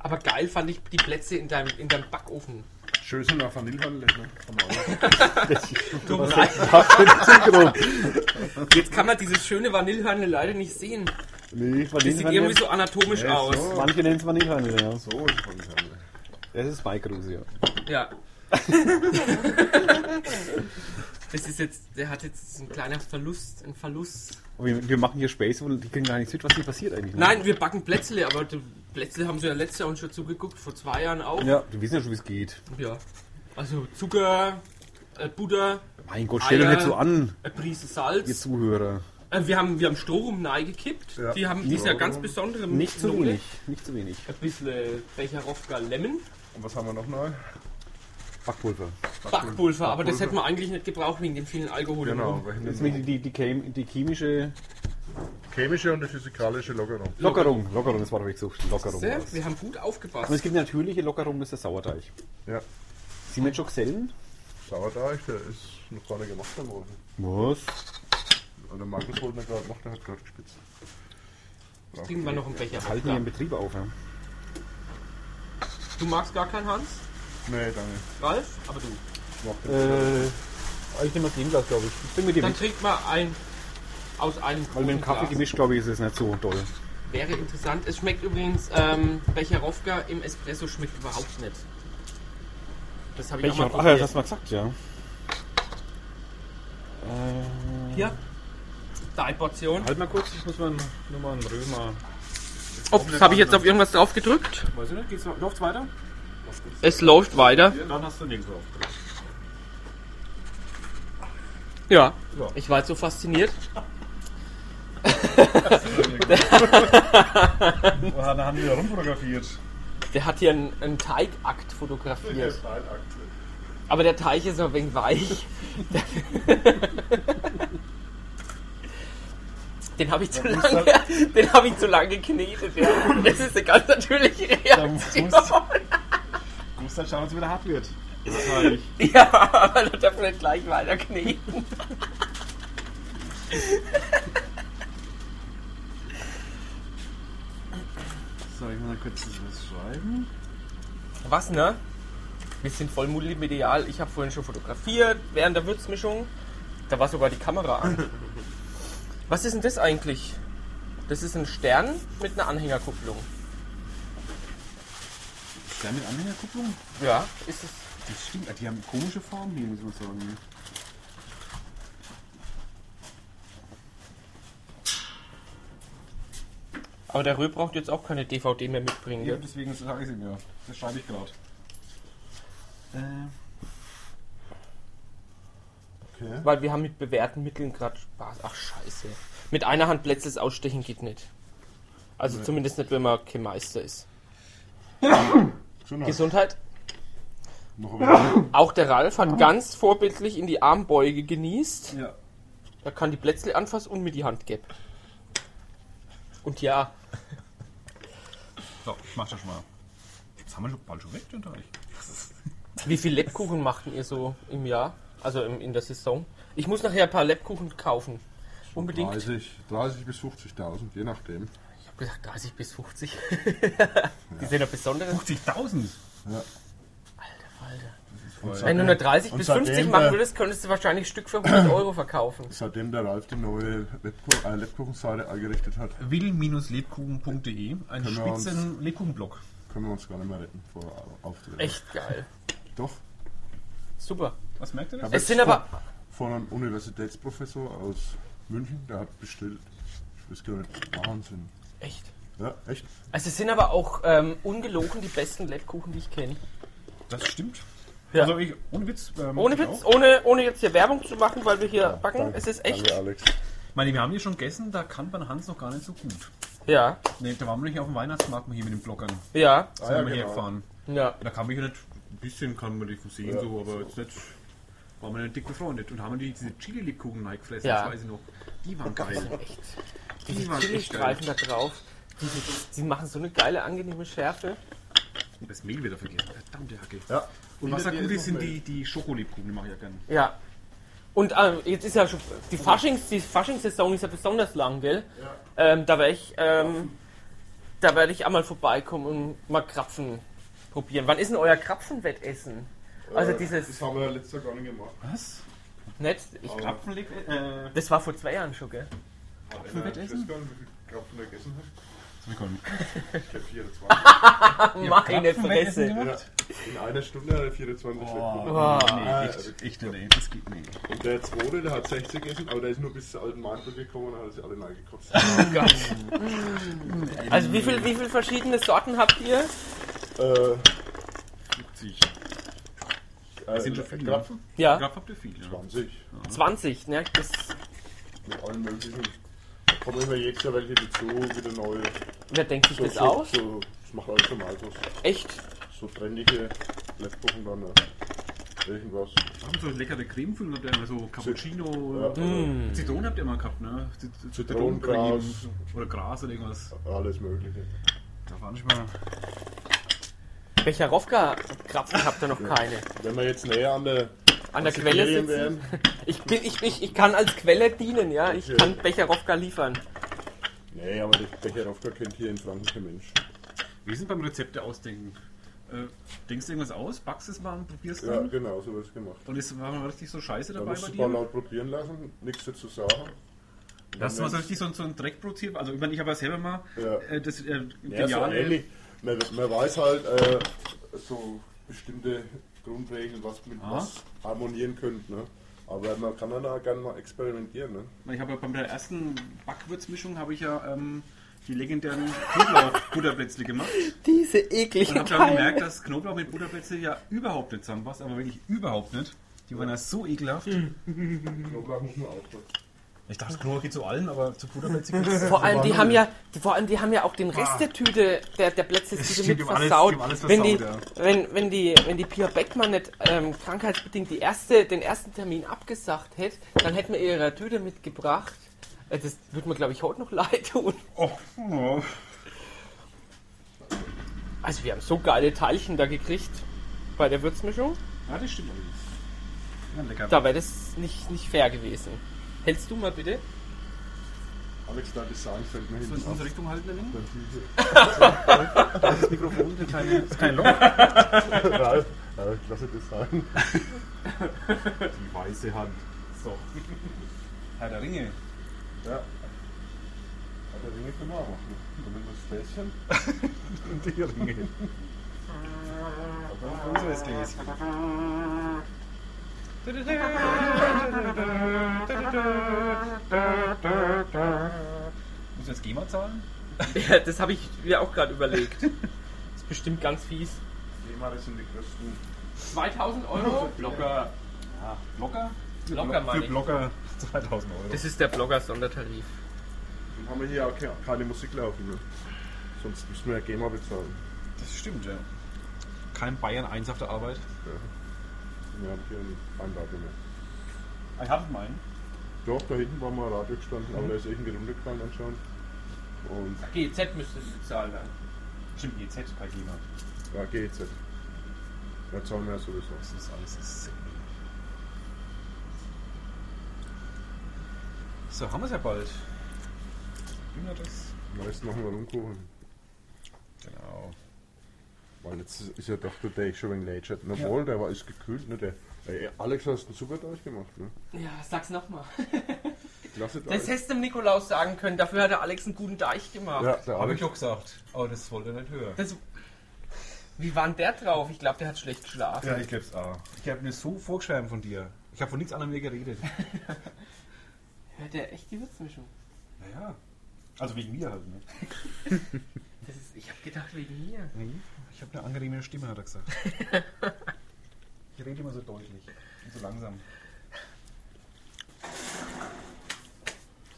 Speaker 1: Aber geil fand ich die Plätze in deinem, in deinem Backofen.
Speaker 4: Schön sind auch Vanillehandel, ne? Kann man auch.
Speaker 1: Jetzt kann man dieses schöne Vanillehörnle leider nicht sehen.
Speaker 2: Nee,
Speaker 1: Das sieht irgendwie so anatomisch aus.
Speaker 2: Manche nennen es Vanillehandel, ja.
Speaker 4: So ist Vanillehandel.
Speaker 2: Das ist Mike Rose, ja.
Speaker 1: Ja. das ist jetzt, der hat jetzt ein kleiner Verlust, ein Verlust.
Speaker 2: Aber Wir, wir machen hier Space und die kriegen gar nichts mit, was hier passiert eigentlich. ne?
Speaker 1: Nein, wir backen Plätzle, aber die Plätzle haben sie ja letztes Jahr uns schon zugeguckt, vor zwei Jahren auch.
Speaker 2: Ja, wir wissen ja schon, wie es geht.
Speaker 1: Ja. Also Zucker, äh, Butter,
Speaker 2: Mein Gott, stell doch
Speaker 1: Eier.
Speaker 2: nicht so an,
Speaker 1: eine Prise
Speaker 2: ihr
Speaker 1: Salz.
Speaker 2: Zuhörer.
Speaker 1: Äh, wir haben, wir haben Strohrum reingekippt.
Speaker 4: Ja.
Speaker 1: Die haben diese
Speaker 4: Strohrum.
Speaker 1: ganz besondere
Speaker 2: Nicht zu
Speaker 1: Note.
Speaker 2: wenig, nicht zu wenig.
Speaker 1: Ein bisschen Becherowka Lemon.
Speaker 4: Und was haben wir noch neu?
Speaker 2: Backpulver.
Speaker 1: Backpulver, aber das hätten wir eigentlich nicht gebraucht wegen dem vielen Alkohol. im Rum.
Speaker 4: Genau.
Speaker 2: Jetzt mit die, die, die, Chem- die chemische
Speaker 4: Chemische und die physikalische Lockerung.
Speaker 2: Lockerung. Lockerung, das war doch gesucht. Lockerung.
Speaker 1: Sehr,
Speaker 2: war's.
Speaker 1: wir haben gut
Speaker 2: Aber es
Speaker 1: aufgepasst.
Speaker 2: gibt eine natürliche Lockerung, das ist der Sauerteig.
Speaker 4: Ja.
Speaker 2: Sind wir schon gesellen?
Speaker 4: Sauerteig, der ist noch gar nicht gemacht worden.
Speaker 2: Was?
Speaker 4: Der Markus holt mir gerade gemacht, der hat gerade gespitzt.
Speaker 1: Kriegen wir noch einen Becher.
Speaker 2: Halten wir
Speaker 1: Wodka.
Speaker 2: den Betrieb auf, ja.
Speaker 1: Du magst gar keinen Hans,
Speaker 4: Nee, danke.
Speaker 1: Ralf, aber du.
Speaker 4: Ich mach den.
Speaker 2: Äh, ich nehme das dem Glas, glaube ich. Ich bin mit dir
Speaker 1: Dann
Speaker 2: mit.
Speaker 1: trinkt mal ein aus einem
Speaker 2: Weil mit
Speaker 1: großen
Speaker 2: dem Kaffee
Speaker 1: Glas.
Speaker 2: gemischt, glaube ich, ist es nicht so toll.
Speaker 1: Wäre interessant. Es schmeckt übrigens, ähm, Becherowka im Espresso schmeckt überhaupt nicht. Das habe ich auch mal
Speaker 2: Ach, das
Speaker 1: probiert.
Speaker 2: hast du mal gesagt, ja.
Speaker 1: Hier, deine Portion.
Speaker 7: Halt mal kurz, ich muss mal nochmal einen Römer.
Speaker 1: Oh, das habe ich jetzt auf irgendwas drauf gedrückt.
Speaker 7: Weiß ich nicht, geht's noch, läuft's weiter?
Speaker 1: Es läuft weiter.
Speaker 7: Dann hast du nirgendwo auf.
Speaker 1: Ja. Ich war jetzt so fasziniert.
Speaker 4: Da haben wir rumfotografiert.
Speaker 1: Der hat hier einen, einen Teigakt fotografiert.
Speaker 4: Teilakt.
Speaker 1: Aber der Teich ist noch ein wenig weich. Den habe ich, zu lange- den hab ich zu lange geknetet. Ja. Das ist eine ganz natürliche Reaktion.
Speaker 7: Du musst dann schauen, dass es wieder hart wird.
Speaker 1: Ja, aber da darf man nicht gleich weiter kneten.
Speaker 8: So, ich muss mal kurz was schreiben.
Speaker 1: Was, ne? Wir sind voll multimedial. Ich habe vorhin schon fotografiert, während der Würzmischung. Da war sogar die Kamera an. Was ist denn das eigentlich? Das ist ein Stern mit einer Anhängerkupplung.
Speaker 8: Ist der mit Anhängerkupplung?
Speaker 1: Ja, ist es.
Speaker 8: Das stimmt, die haben komische Formen hier, muss man sagen.
Speaker 1: Aber der Röhr braucht jetzt auch keine DVD mehr mitbringen.
Speaker 8: Ja,
Speaker 1: gell?
Speaker 8: deswegen sage ich sie mir. Das schreibe ich gerade. Äh,
Speaker 1: Weil wir haben mit bewährten Mitteln gerade Spaß. Ach scheiße. Mit einer Hand Plätzes ausstechen geht nicht. Also zumindest nicht, wenn man kein Meister ist. Gesundheit. Auch der Ralf hat ganz vorbildlich in die Armbeuge genießt.
Speaker 8: ja.
Speaker 1: Er kann die Plätzle anfassen und mit die Hand geben. Und ja,
Speaker 2: So, ich mach das schon mal. Jetzt haben wir schon bald schon weg, den Teig.
Speaker 1: wie viel Lebkuchen machten ihr so im Jahr? Also im, in der Saison? Ich muss nachher ein paar Lebkuchen kaufen. Unbedingt.
Speaker 4: 30, 30 bis 50.000, je nachdem.
Speaker 1: Ich hab gesagt 30 bis 50. Die sind ja besonders.
Speaker 2: 50.000?
Speaker 1: Wenn du nur 30
Speaker 4: Und
Speaker 1: bis
Speaker 4: seitdem äh,
Speaker 1: 50 machen
Speaker 4: der-
Speaker 1: würdest, könntest du wahrscheinlich ein Stück für 100 Euro verkaufen.
Speaker 4: Seitdem der Ralf die neue Lebku- äh, Lebkuchenseite eingerichtet hat,
Speaker 2: will-lebkuchen.de, ein
Speaker 4: Können wir uns-
Speaker 2: Spitzen-Lebkuchenblock.
Speaker 4: können wir uns gar nicht mehr retten vor Auftritten.
Speaker 1: Echt geil.
Speaker 4: Doch.
Speaker 1: Super.
Speaker 8: Was merkt ihr
Speaker 4: Ich hab
Speaker 1: Es
Speaker 4: jetzt
Speaker 1: sind
Speaker 4: von-
Speaker 1: aber.
Speaker 4: Von einem Universitätsprofessor aus München, der hat bestellt. Ich weiß gar nicht, Wahnsinn.
Speaker 1: Echt.
Speaker 4: Ja, echt?
Speaker 1: Also es sind aber auch ähm, ungelogen die besten Lebkuchen, die ich kenne.
Speaker 8: Das stimmt.
Speaker 1: Ja.
Speaker 8: Also ich, ohne Witz.
Speaker 2: äh,
Speaker 8: ähm,
Speaker 1: Ohne
Speaker 8: ich
Speaker 1: Witz,
Speaker 8: auch.
Speaker 1: ohne, ohne jetzt hier Werbung zu machen, weil wir hier backen. es ist echt.
Speaker 4: Danke, Alex.
Speaker 2: Ich meine, wir haben die schon gegessen, da kann man Hans noch gar nicht so gut.
Speaker 1: Ja,
Speaker 2: Ne, da waren wir nicht auf dem Weihnachtsmarkt mal hier mit den Blockern.
Speaker 1: ja,
Speaker 2: Da sind wir
Speaker 4: genau.
Speaker 2: hergefahren.
Speaker 1: ja.
Speaker 2: Ah, Da kann man ja nicht, ein bisschen kann man die von sehen, so, aber jetzt nicht, waren wir nicht dick befreundet. Und haben die diese Chili-Lebkuchen reingefressen,
Speaker 1: Ja. Oh
Speaker 2: das weiß ich noch. Die waren geil.
Speaker 1: Echt.
Speaker 2: Die
Speaker 1: Diese
Speaker 2: waren echt geil.
Speaker 1: Chili-Streifen da drauf. Die, die machen so eine geile, angenehme Schärfe.
Speaker 2: Das Mehl wieder vergessen. Verdammte Hacke.
Speaker 4: Ja.
Speaker 2: Und was da
Speaker 4: Hinter dir
Speaker 2: gut
Speaker 4: ist
Speaker 2: ist,
Speaker 4: noch
Speaker 2: sind
Speaker 4: Mehl.
Speaker 2: die, die Schokolebkuchen, die mache ich ja gerne.
Speaker 1: Ja. Und ähm, jetzt ist ja schon die Faschings die Faschingssaison ist ja besonders lang, gell? Ähm, da wäre ich ähm, Da werde ich einmal vorbeikommen und mal Krapfen probieren. Wann ist denn euer Krapfenwettessen? Also
Speaker 4: Äh,
Speaker 1: dieses
Speaker 4: Das haben wir ja letztes Jahr gar nicht gemacht.
Speaker 2: Was?
Speaker 1: Netz, ich glaub,
Speaker 2: Krapfenleg, äh,
Speaker 1: das war vor zwei Jahren schon, gell?
Speaker 4: Hat einer
Speaker 2: Krapfenwettessen?
Speaker 4: Schwestern, wie viel Krapfen er gegessen hat?
Speaker 2: Krapfenwettessen
Speaker 4: Ich glaube 24.
Speaker 1: Meine Fresse.
Speaker 2: gemacht?
Speaker 4: ja. In einer Stunde hat er
Speaker 1: Oh.
Speaker 4: 24 Boah.
Speaker 2: Boah, nee, echt, echt, nee, das geht nicht.
Speaker 4: Und der zweite, der hat 60 gegessen, aber der ist nur bis zur alten Mantel gekommen und hat sich alle mal gekotzt.
Speaker 1: Also wie viel, wie viel verschiedene Sorten habt ihr?
Speaker 4: äh,
Speaker 2: 70.
Speaker 4: äh,
Speaker 2: sind schon viele.
Speaker 4: Krapfen?
Speaker 1: Ja,
Speaker 2: Krapf habt ihr viel, ja.
Speaker 4: 20.
Speaker 1: 20, ne? Das,
Speaker 4: Mit allen möglichen. Da kommen immer jedes Jahr welche dazu, wieder neue.
Speaker 1: wer denkt sich das
Speaker 4: so,
Speaker 1: aus?
Speaker 4: So, das macht alles normal so.
Speaker 1: Echt?
Speaker 4: So trendige Letztwochen dann äh, irgendwas.
Speaker 2: Haben so leckere Cremefüllung, habt ihr immer so also Cappuccino. äh,
Speaker 4: Ja,
Speaker 1: Hm.
Speaker 2: Zitronen habt ihr immer gehabt, ne? Z- Z-
Speaker 4: Zitronengras.
Speaker 2: Zitronencreme Oder Gras oder irgendwas.
Speaker 4: Alles Mögliche.
Speaker 2: Da war nicht mal.
Speaker 1: Becherowka-Krapfen habt ihr noch keine.
Speaker 4: Wenn wir jetzt näher an der,
Speaker 1: An der Quelle
Speaker 4: Sibirien
Speaker 1: sitzen.
Speaker 4: wären,
Speaker 1: Ich, bin, ich, ich, ich kann als Quelle dienen, ja. Ich
Speaker 4: Okay.
Speaker 1: kann Becherowka liefern.
Speaker 4: Nee, aber das Becherowka kennt hier in Franken kein Mensch.
Speaker 2: Wir sind beim Rezepte ausdenken. Äh, denkst du irgendwas aus, backst es mal und probierst
Speaker 4: Ja,
Speaker 1: Hm?
Speaker 2: dann?
Speaker 4: genau, so wird's gemacht.
Speaker 2: Und es war mal richtig so scheiße
Speaker 4: Da
Speaker 2: dabei
Speaker 4: musst
Speaker 2: bei
Speaker 4: du ein paar
Speaker 2: dir.
Speaker 4: laut probieren lassen, nichts dazu sagen.
Speaker 2: Dass du mal so richtig so, so ein Dreckbrot hier. Also, ich meine, ich habe ja selber mal
Speaker 4: Ja.
Speaker 2: äh, das äh,
Speaker 4: ja, so
Speaker 2: geniale.
Speaker 4: ähnlich. Man, man weiß halt äh, so bestimmte Grundregeln, was mit
Speaker 2: Ah.
Speaker 4: was harmonieren könnte. Ne? Aber man kann dann auch gerne mal experimentieren. Ne?
Speaker 2: ich habe ja bei der ersten Backwürzmischung habe ich ja ähm, die legendären Knoblauch-Butterplätzle gemacht.
Speaker 1: Diese ekligen
Speaker 2: Und habe dann
Speaker 1: Teile.
Speaker 2: gemerkt, dass Knoblauch mit Butterplätzle ja überhaupt nicht zusammenpasst, aber wirklich überhaupt nicht. Die waren ja so ekelhaft.
Speaker 4: Knoblauch muss man aufpassen.
Speaker 2: Ich dachte, Knoblauch geht zu allen, aber zu Butterplätzle geht es
Speaker 1: Vor allem, die haben ja, die, vor allem, die haben ja auch den
Speaker 2: Ah.
Speaker 1: Rest der Tüte, der, der Plätzchentüte
Speaker 2: stimmt,
Speaker 1: mit
Speaker 2: die haben alles-
Speaker 1: versaut.
Speaker 2: die haben alles
Speaker 1: Wenn die,
Speaker 2: versaut,
Speaker 1: wenn, wenn die, wenn die Pia Beckmann nicht ähm, krankheitsbedingt die erste, den ersten Termin abgesagt hätte, dann hätten wir ihre Tüte mitgebracht. Äh, Das wird mir, glaube ich, heute noch leid tun.
Speaker 2: Oh, oh.
Speaker 1: Also, wir haben so geile Teilchen da gekriegt bei der Würzmischung.
Speaker 2: Ja, das stimmt allerdings. Ja, lecker.
Speaker 1: Da wäre das nicht, nicht fair gewesen. Hältst du mal bitte?
Speaker 4: Alex, da Design fällt mir
Speaker 2: So in
Speaker 4: hinten
Speaker 2: unsere Richtung halten, der Link?
Speaker 4: auf.
Speaker 2: Das Mikrofon, der kleine.
Speaker 9: Kein Loch.
Speaker 4: Ralf, äh, klasse Design.
Speaker 2: Die weiße Hand. So. Herr der Ringe.
Speaker 4: Ja. Aber Ringe können wir auch machen. Damit das Gläschen.
Speaker 2: Die Ringe. Unseres Gläschen. Muss jetzt GEMA zahlen?
Speaker 1: Ja, das habe ich mir auch gerade überlegt. ist bestimmt ganz fies.
Speaker 4: Thema, das sind die größten.
Speaker 1: 2000 Euro? Blogger.
Speaker 2: Ja, Blocker?
Speaker 1: Blocker,
Speaker 2: Für
Speaker 1: meine ich.
Speaker 2: Blocker 2000 Euro.
Speaker 1: Das ist der Blogger-Sondertarif.
Speaker 4: Dann haben wir hier auch keine, keine Musik laufen. Ne? Sonst müssen wir ja GEMA bezahlen.
Speaker 2: Das stimmt, ja. Kein Bayern 1 auf der Arbeit.
Speaker 4: Wir haben hier einen Einladung mehr.
Speaker 2: Ich hatte meinen.
Speaker 4: Doch, da hinten war mal ein Radio gestanden, aber da ist irgendwie runtergefallen anscheinend. Und
Speaker 1: GZ müsstest du zahlen dann.
Speaker 2: Stimmt, GZ bei GEMA.
Speaker 4: ja, GEZ. Da zahlen wir ja sowieso.
Speaker 2: Das ist alles das So, haben wir es ja bald. Wie war das?
Speaker 4: Am meisten machen wir Rumkuchen.
Speaker 2: Genau.
Speaker 4: Weil jetzt ist ist ja doch der Teig schon wegen Nature. Obwohl, der war ist gekühlt. Ne? Der, ey, Alex, hast einen super Teig gemacht. Ne?
Speaker 1: Ja, sag's nochmal.
Speaker 4: Klasse
Speaker 1: Das
Speaker 4: Teig.
Speaker 1: hättest du dem Nikolaus sagen können, dafür hat der Alex einen guten Deich gemacht.
Speaker 4: Ja, der
Speaker 2: Habe
Speaker 4: Alex.
Speaker 2: ich auch gesagt. Aber das wollte er nicht hören.
Speaker 1: Das, wie war denn der drauf? Ich glaube, der hat schlecht geschlafen.
Speaker 2: Ja, ich glaube es auch. Ich habe mir so vorgeschrieben von dir. Ich habe von nichts anderem mehr geredet.
Speaker 1: Hört der echt die Würzmischung?
Speaker 2: naja. Also wegen mir halt, ne?
Speaker 1: Das ist, ich habe gedacht, wegen mir.
Speaker 2: Ich habe eine angenehme Stimme, hat er gesagt. ich rede immer so deutlich und so langsam.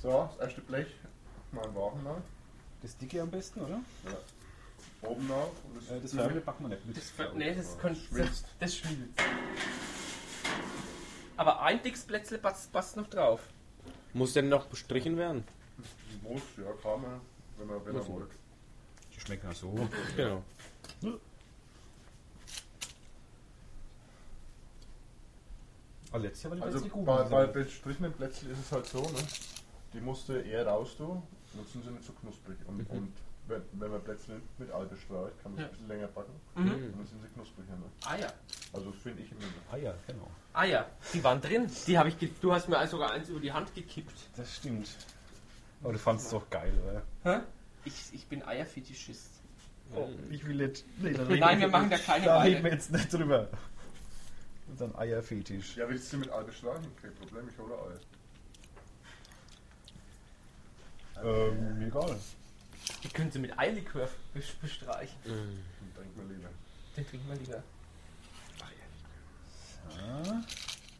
Speaker 4: So, das erste Blech. Mal einen Wagen nach.
Speaker 2: Das dicke am besten, oder?
Speaker 4: Oben nach. Und das,
Speaker 2: Äh, Das Färbe backen wir nicht mit.
Speaker 1: Nee, Mhm. das, könnt, das, das schmilzt. Aber ein Dicksplätzle passt, passt noch drauf.
Speaker 3: Muss denn noch bestrichen werden?
Speaker 4: muss, ja, kann man, wenn man, wenn man wollt.
Speaker 2: Die schmecken ja so.
Speaker 3: Genau.
Speaker 2: Aber Ah, letztes Jahr war die
Speaker 4: Also
Speaker 2: Plätzchen gut.
Speaker 4: bei, bei bestrichenen Plätzchen ist es halt so, ne? die musst du eher raus tun, sonst sind sie nicht so knusprig. Und, und wenn, wenn man Plätzchen mit Ei bestreut, kann man es
Speaker 1: Ja.
Speaker 4: ein bisschen länger backen. Und dann sind sie knuspriger. Ne?
Speaker 1: Eier.
Speaker 4: Also finde ich immer.
Speaker 2: Ah ja, genau.
Speaker 1: Eier, die waren drin. Die habe ich ge- du hast mir sogar eins über die Hand gekippt.
Speaker 7: Das stimmt.
Speaker 2: Aber du fandest es doch geil, oder?
Speaker 1: Hä? Ich, ich bin Eierfetischist.
Speaker 2: Ich will jetzt. Nee, da
Speaker 1: Mhm. Nein, wir machen da keine Weile.
Speaker 2: jetzt nicht drüber. Und dann Eierfetisch.
Speaker 4: Ja, willst du mit Ei bestreuen? Kein Problem, ich hole Ei.
Speaker 2: Ähm, mir egal.
Speaker 1: Die können sie mit Eilikör bes- bestreichen.
Speaker 4: Und denk mal lieber.
Speaker 1: Den trinken wir lieber.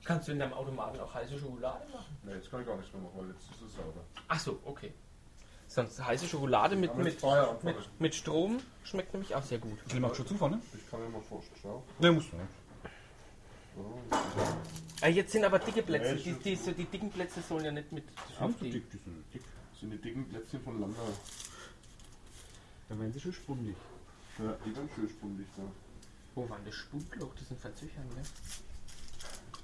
Speaker 1: Kannst du in deinem Automaten auch heiße Schokolade machen?
Speaker 4: Ne, jetzt kann ich gar nichts mehr machen, weil jetzt ist es sauber.
Speaker 1: Ach so, okay. Sonst heiße Schokolade mit,
Speaker 4: Aber
Speaker 1: mit,
Speaker 4: mit Feierabend mache
Speaker 1: mit, mit Strom schmeckt nämlich auch sehr gut.
Speaker 2: Grill macht schon ne? zu vorne?
Speaker 4: ich. Ich kann ja mal forschen, schau.
Speaker 2: Ne, musst du nicht.
Speaker 1: Ah, jetzt sind aber dicke Plätze.
Speaker 4: Nee,
Speaker 1: Die,
Speaker 4: ist
Speaker 1: die, so, die dicken Plätze sollen ja nicht mit. aufgehen.
Speaker 7: die sind dick.
Speaker 4: Das sind die dicken Plätzchen von Landa.
Speaker 7: Dann werden sie schon spundig.
Speaker 4: Ja, die ganz schön spundig da.
Speaker 1: Wo war denn das Spundloch? Das sind Verzöchern, ne?